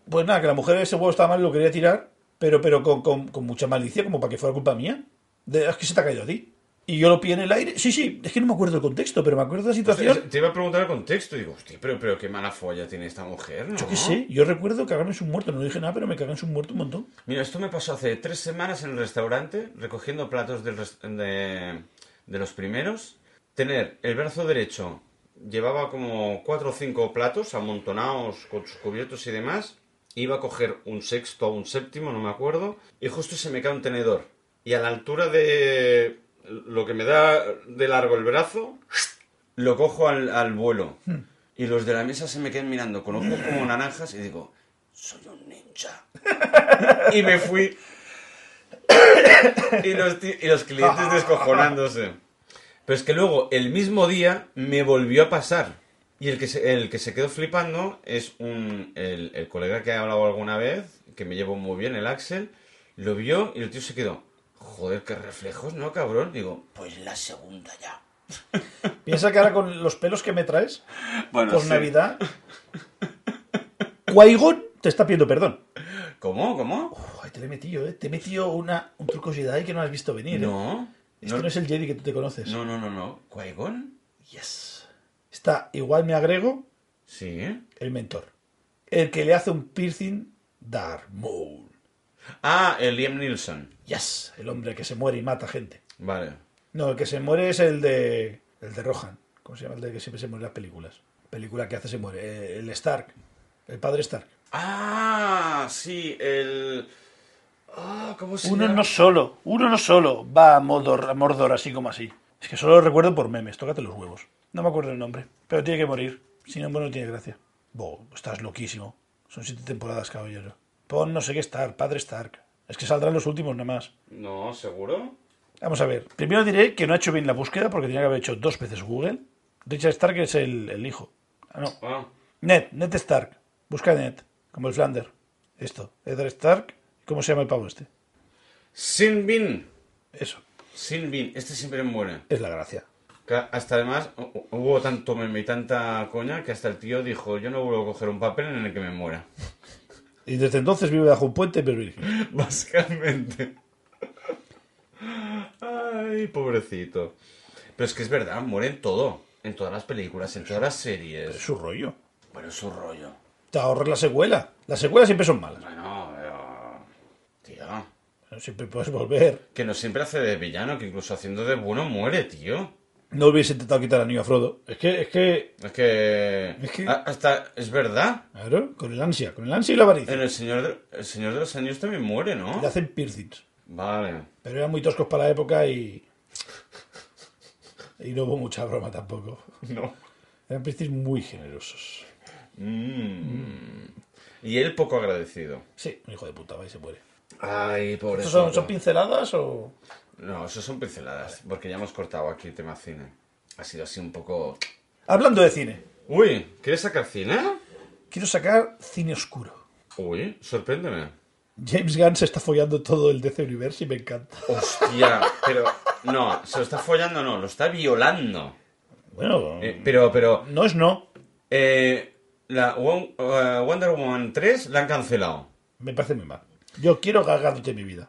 pues nada, que la mujer ese huevo estaba mal y lo quería tirar, pero, pero con, con- con mucha malicia, como para que fuera culpa mía. De, es que se te ha caído a ti. Y yo lo pillé en el aire. Sí, sí, es que no me acuerdo el contexto, pero me acuerdo de la situación. Hostia, Pues, Te iba a preguntar el contexto y digo, hostia, pero, pero qué mala folla tiene esta mujer, ¿no? Yo qué sé, yo recuerdo cagarme en su muerto, no dije nada, pero me cagué en su muerto un montón. Mira, esto me pasó hace tres semanas en el restaurante, recogiendo platos del res- de, de los primeros. Tener el brazo derecho, llevaba como cuatro o cinco platos amontonados con sus cubiertos y demás. Iba a coger un sexto o un séptimo, no me acuerdo. Y justo se me cae un tenedor. Y a la altura de lo que me da de largo el brazo, lo cojo al, al vuelo. Y los de la mesa se me quedan mirando con ojos como naranjas y digo, soy un ninja. y me fui. y, los, ti- y los clientes descojonándose. Pero es que luego, el mismo día, me volvió a pasar. Y el que se, el que se quedó flipando es un, el, el colega que he hablado alguna vez, que me llevo muy bien, el Axel, lo vio y el tío se quedó. Joder, qué reflejos, ¿no, cabrón? Digo, pues la segunda ya. Piensa que ahora con los pelos que me traes, Bueno, por sí. Navidad, Qui-Gon te está pidiendo perdón. ¿Cómo? ¿Cómo? Uf, te le he metido, ¿eh? Te he metido una, un truco Jedi que no has visto venir. ¿eh? No. Este no, no, es el Jedi que tú te conoces. no, no, no, no. ¿Qui-Gon? Yes. Está, igual me agrego, Sí. ¿eh? el mentor. El que le hace un piercing, Darth Maul. Ah, el Liam Nielsen. Yes. El hombre que se muere y mata gente. Vale. No, el que se muere es el de. El de Rohan. ¿Cómo se llama? El de que siempre se muere en las películas. Película que hace se muere. Eh, El Stark. El padre Stark. Ah, sí, el... Ah, ¿cómo se Uno llama? no solo. Uno no solo va a Mordor, a Mordor así como así. Es que solo lo recuerdo por memes. Tócate los huevos. No me acuerdo el nombre. Pero tiene que morir. Si no, bueno, no tiene gracia. Bo, estás loquísimo. Son siete temporadas, caballero. Pon no sé qué Stark. Padre Stark. Es que saldrán los últimos nada más. No, ¿seguro? Vamos a ver. Primero diré que no ha hecho bien la búsqueda porque tenía que haber hecho dos veces Google. Richard Stark es el, el hijo. Ah, no. Ah, Ned, Ned Stark. Busca a Ned, como el Flander. Esto, Edward Stark. ¿Cómo se llama el pavo este? Sin Bin. Eso, Sin Bin. Este siempre muere. es la gracia. Que Hasta además hu- hubo tanto meme y tanta coña que hasta el tío dijo, yo no vuelvo a coger un papel en el que me muera. Y desde entonces vive bajo un puente, pero virgen. Básicamente. Ay, pobrecito. Pero es que es verdad, muere en todo. En todas las películas, en todas las Es series. su rollo. Bueno, es su rollo. Te ahorras la secuela. Las secuelas siempre son malas. Bueno, eh, pero... Tío. No Siempre puedes volver. Que no siempre hace de villano, que incluso haciendo de bueno muere, tío. No hubiese intentado quitar anillo a Frodo. Es que, es que, Es que... Es que- a- Hasta... Es verdad. claro, con el ansia, con el ansia y la avaricia. En el Señor, de... el Señor de los Anillos también muere, ¿no? Le hacen piercings. Vale. Pero eran muy toscos para la época y. Y no hubo mucha broma tampoco. No. Eran piercings muy generosos. Y él poco agradecido. Sí, un hijo de puta, va y se muere. Ay, pobrecito. ¿Estos son, son pinceladas o.? No, eso son pinceladas, porque ya hemos cortado aquí el tema cine. Ha sido así un poco... Hablando de cine, Uy, ¿quieres sacar cine? quiero sacar cine oscuro. Uy, sorpréndeme. James Gunn se está follando todo el DC Universe y me encanta. Hostia, pero... No, se lo está follando, no, lo está violando. Bueno, Eh, pero, pero... no es no. Eh, la Won- eh, Wonder Woman 3 la han cancelado. Me parece muy mal. Yo quiero gargándote mi vida.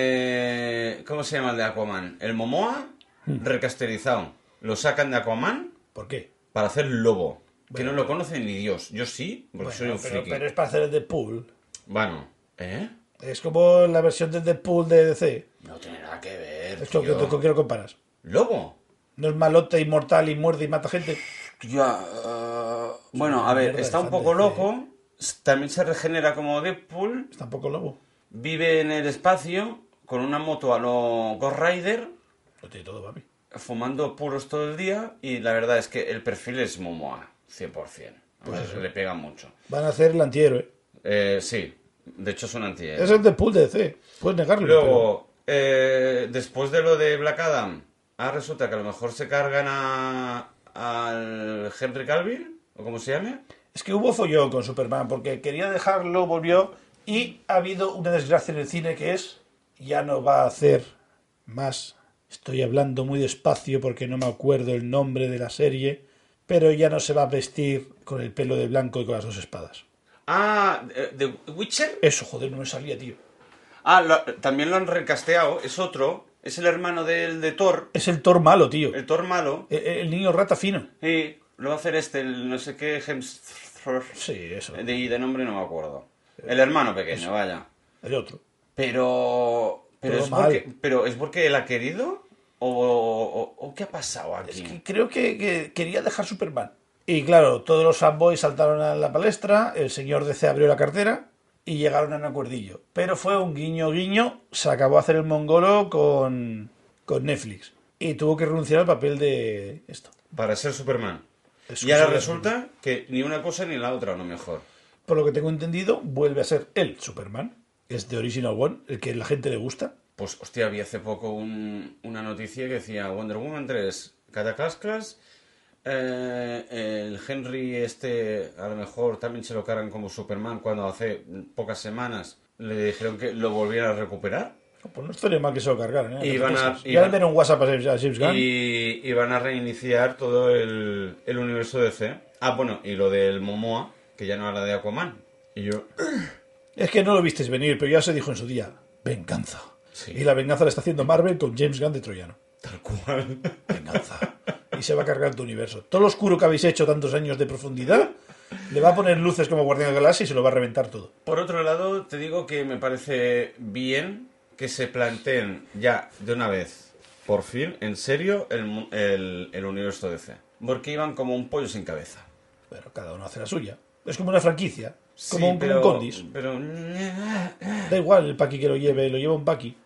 Eh, ¿Cómo se llama el de Aquaman? El Momoa Hmm. recasterizado. Lo sacan de Aquaman ¿Por qué? para hacer lobo. que Bueno. no lo conocen ni Dios. Yo sí, porque Bueno, Pues soy un pero, friki. pero es para hacer el Deadpool. Bueno, ¿eh? Es como la versión del Deadpool de DC. No tiene nada que ver. Esto que tío. con qué lo comparas. ¿Lobo? No es malote, inmortal y muerde y mata gente. Ya, eh, bueno, a ver, Mierda, está un fan de poco DC. loco. También se regenera como Deadpool. Es tampoco lobo. vive en el espacio con una moto a lo Ghost Rider, Lo tiene todo, papi. fumando puros todo el día y la verdad es que el perfil es Momoa, 100%. A ver, le pega mucho. Van a hacer el antihéroe. Eh, sí, de hecho es un antihéroe. Es el Deadpool de DC. Puedes negarlo. Luego, eh, después de lo de Black Adam, ah, resulta que a lo mejor se cargan a, al Henry Calvin, o como se llame. Es que hubo follón con Superman porque quería dejarlo, volvió y ha habido una desgracia en el cine que es ya no va a hacer más Estoy hablando muy despacio porque no me acuerdo el nombre de la serie, pero ya no se va a vestir con el pelo de blanco y con las dos espadas. Ah, eh, The Witcher. Eso, joder, no me salía, tío. Ah, lo- también lo han recasteado. Es otro. Es el hermano del de Thor. Es el Thor malo, tío. El, El Thor malo. el niño rata fino. Y lo va a hacer este, el no sé qué Hemsworth. Sí, eso. De, de nombre no me acuerdo. El hermano pequeño, vaya. El otro. Pero. Pero Todo es, porque, mal. pero es porque él ha querido. ¿O, o- o qué ha pasado aquí? que creo que, que quería dejar Superman. Y claro, todos los fanboys saltaron a la palestra, el señor DC abrió la cartera y llegaron a un acuerdillo. Pero fue un guiño guiño, se acabó a hacer el mongolo con, con Netflix. Y tuvo que renunciar al papel de esto. Para ser Superman. Es Y ahora cosa de- resulta que ni una cosa ni la otra, a lo mejor. Por lo que tengo entendido, vuelve a ser el Superman. Es de Original One, el que la gente le gusta. Pues, hostia, había hace poco un- una noticia que decía Wonder Woman 3, Catacasclas. eh, el Henry, este, a lo mejor también se lo cargan como Superman cuando hace pocas semanas le dijeron que lo volviera a recuperar. Pues no estaría mal que se lo cargaran. ¿eh? Y van a- y Ya le van- dieron un WhatsApp a James- a James Gunn. Y, y van a reiniciar todo el, el universo DC. Ah, bueno, y lo del Momoa, que ya no habla de Aquaman. Y yo. Es que no lo visteis venir, pero ya se dijo en su día, venganza. Sí. Y la venganza la está haciendo Marvel con James Gunn de Troyano. Tal cual. Venganza. y se va a cargar tu universo. Todo lo oscuro que habéis hecho tantos años de profundidad, le va a poner luces como Guardián de la Galaxia y se lo va a reventar todo. Por otro lado, te digo que me parece bien que se planteen ya de una vez, por fin, en serio, el, mu- el, el universo DC. Porque iban como un pollo sin cabeza. Pero cada uno hace la suya. Es como una franquicia. Sí, Como un, como un pero- Condis. Pero. Da igual el Paki que lo lleve, lo lleva un Paki.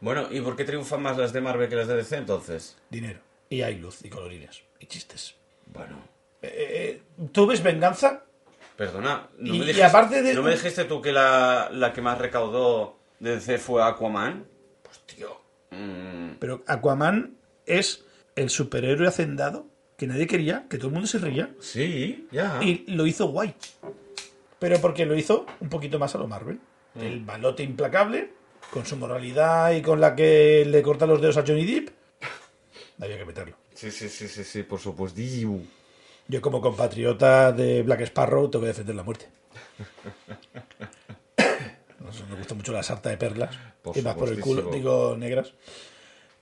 Bueno, ¿y por qué triunfan más las de Marvel que las de DC entonces? Dinero. Y hay luz y colorines. Y chistes. Bueno. Eh, eh, ¿Tú ves venganza? Perdona, no, Y- me, y dijiste, aparte de- ¿no me dijiste tú que la, la que más recaudó de DC fue Aquaman? Pues tío. mm, Pero Aquaman es el superhéroe hacendado que nadie quería, que todo el mundo se reía. sí, ya. Y lo hizo guay. Pero porque lo hizo un poquito más a lo Marvel. Mm. El balote implacable, con su moralidad y con la que le corta los dedos a Johnny Depp. Había que meterlo. Sí, sí, sí, sí, sí, por supuesto. Yo como compatriota de Black Sparrow tengo que defender la muerte. Nos- Me gusta mucho la sarta de perlas. Por y más por el supuestísimo. culo, digo negras.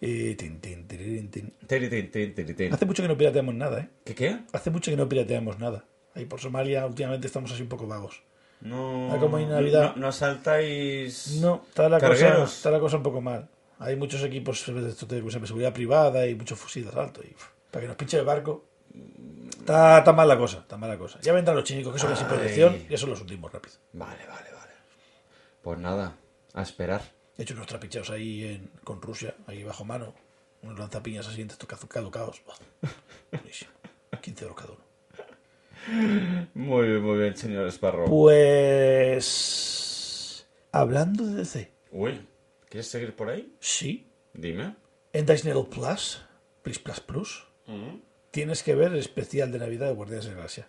Y tin, tin, tirirín, tin. Tiri, tin, tin, tiri, tin. Hace mucho que no pirateamos nada, ¿eh? ¿Qué qué? Hace mucho que no pirateamos nada. Ahí por Somalia últimamente estamos así un poco vagos. No. Ah, como hay Navidad. No, no asaltáis. No, está la, cosa, cargueros. está la cosa un poco mal. Hay muchos equipos de esto de seguridad privada y muchos fusiles de asalto. Y, pf, para que nos pinche el barco. Está, está mal la cosa, está mal la cosa. Ya vendrán los chinicos que son la sin Ay. protección y eso los hundimos rápido. Vale, vale, vale. Pues nada, a esperar. De hecho, unos trapicheos ahí en- con Rusia, ahí bajo mano. Unos lanzapiñas así, de estos cazu- caducados. Buah, buenísimo. 15 euros cada uno. Muy bien, muy bien, señor Sparrow. Pues... Hablando de DC. Uy, ¿quieres seguir por ahí? Sí. Dime. En Disney Plus, Plus Plus Plus, Mm. tienes que ver el especial de Navidad de Guardianes de la Galaxia.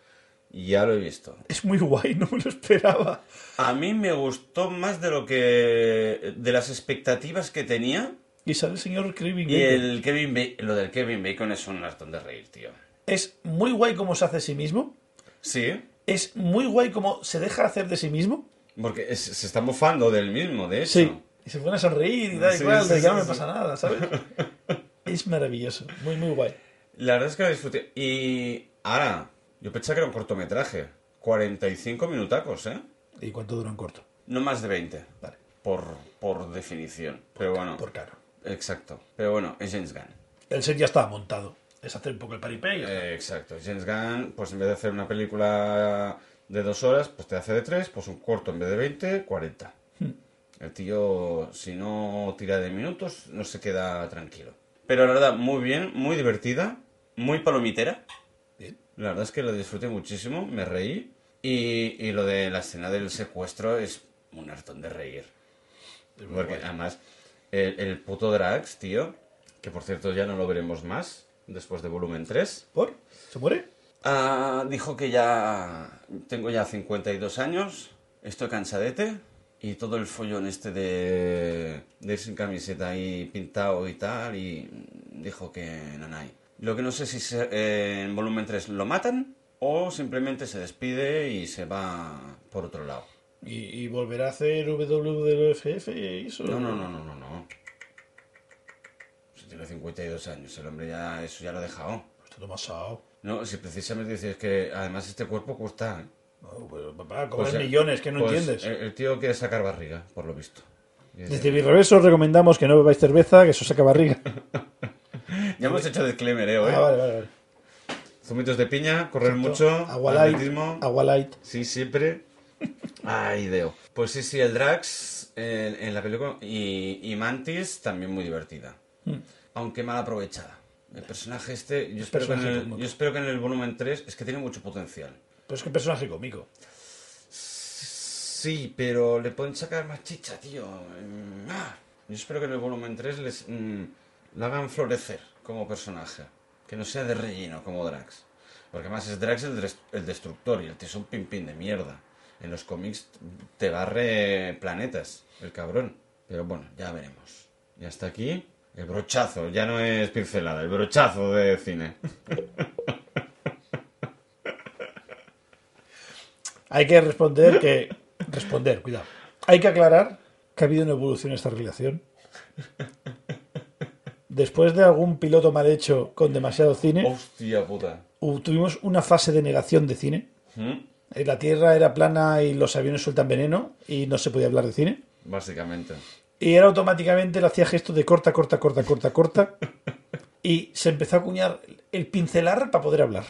Ya lo he visto. Es muy guay, no me lo esperaba. A mí me gustó más de lo que. de las expectativas que tenía. Y sale el señor Kevin Y Bacon. el Kevin Bacon. Lo del Kevin Bacon es un hartón de reír, tío. Es muy guay como se hace a sí mismo. Sí, Es muy guay como se deja hacer de sí mismo. porque es- se está mofando del mismo, de hecho. Y se pone a sonreír y da Sí, igual, sí, de sí, ya no me sí. pasa nada, ¿sabes? es maravilloso, muy, muy guay. La verdad es que lo disfruté. Y. ahora, yo pensaba que era un cortometraje. 45 minutacos, ¿eh? ¿Y cuánto dura en corto? No más de 20. Vale, Por, por definición. Pero bueno. por caro. Exacto. Pero bueno, es James Gunn. El set ya estaba montado. Es hacer un poco el paripé y ya está. Eh, exacto. James Gunn, pues en vez de hacer una película de dos horas, pues te hace de tres, pues un corto en vez de 20, 40. El tío, si no tira de minutos, no se queda tranquilo. Pero la verdad, muy bien, muy divertida, muy palomitera. Bien. La verdad es que lo disfruté muchísimo, me reí. Y, y lo de la escena del secuestro es un hartón de reír. Porque además, el, el puto Drax, tío, que por cierto ya no lo veremos más después de volumen 3. ¿Por? ¿Se muere? Ah, dijo que ya tengo ya 52 años, estoy cansadete Y todo el follón este de, de ir sin camiseta y pintado y tal, y dijo que Nanay. Lo que no sé si se- eh, en volumen 3 lo matan o simplemente se despide y se va por otro lado. ¿Y, y volverá a hacer WWF y eso? No, no, no, no, no, no. Si tiene 52 años, el hombre ya eso ya lo ha dejado. Está demasiado. No, si precisamente dices que además este cuerpo cuesta. ¿eh? No, pues, Pues, papá, cobras eh, millones, que no pues, entiendes. El, el tío quiere sacar barriga, por lo visto. Y dice, Desde Virreverso os recomendamos que no bebáis cerveza, que eso saca barriga. Ya hemos hecho disclaimer, eh, hoy. Ah, vale, vale, vale. Zumitos de piña, correr mucho, Agua light, atletismo. agua light. Sí, siempre. Ay, Deo. Pues sí, sí, el Drax en, en la película y, y Mantis también muy divertida. Hmm. Aunque mal aprovechada. El personaje este, yo espero, que en personaje el, cómico. yo espero que en el volumen 3 es que tiene mucho potencial. Pero es que personaje cómico. Sí, pero le pueden sacar más chicha, tío. Mm, ah. Yo espero que en el volumen 3 les mm, lo hagan florecer como personaje. Que no sea de relleno como Drax. Porque además es Drax el, dres- el destructor y el tío es un pimpín de mierda. En los cómics te barre planetas, el cabrón. Pero bueno, ya veremos. Y hasta aquí el brochazo. Ya no es pincelada, el brochazo de cine. Hay que responder que. Responder, cuidado. Hay que aclarar que ha habido una evolución en esta relación. Después de algún piloto mal hecho con demasiado cine, Hostia puta. u- tuvimos una fase de negación de cine. ¿Mm? Eh, La Tierra era plana y los aviones sueltan veneno y no se podía hablar de cine. Básicamente. Y era automáticamente le hacía gestos de corta, corta, corta, corta, corta. Y se empezó a acuñar el pincelar para poder hablar.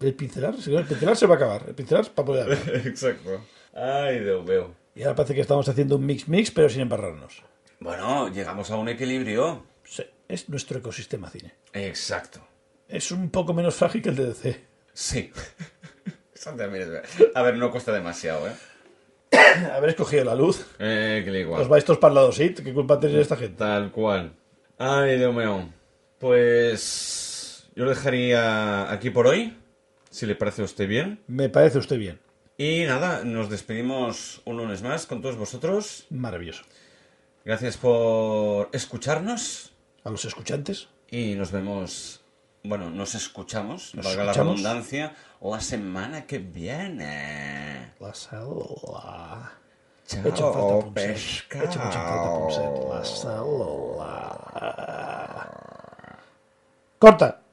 El pincelar, si no, el pincelar se va a acabar. El pincelar para poder hablar. Exacto. Ay, Dios mío. Y ahora parece que estamos haciendo un mix mix, pero sin embarrarnos. Bueno, llegamos a un equilibrio. Sí, es nuestro ecosistema cine. Exacto. Es un poco menos frágil que el de DC. Sí. Eso también es verdad. A ver, no cuesta demasiado, ¿eh? Haber escogido la luz. Eh, que le igual. Os vais todos para el lado Sid. ¿Qué culpa tenéis de esta gente? Tal cual. Ay, Dios mío. Pues yo lo dejaría aquí por hoy, si le parece a usted bien. Me parece usted bien. Y nada, nos despedimos un lunes más con todos vosotros. Maravilloso. Gracias por escucharnos A los escuchantes, y nos vemos, bueno, nos escuchamos, Nos valga la escuchamos. redundancia, la semana que viene. la sala. Chao, Hecho falta um Pumset. Oh, pescado. Hecho mucha falta um Pumset. La sala. Corta.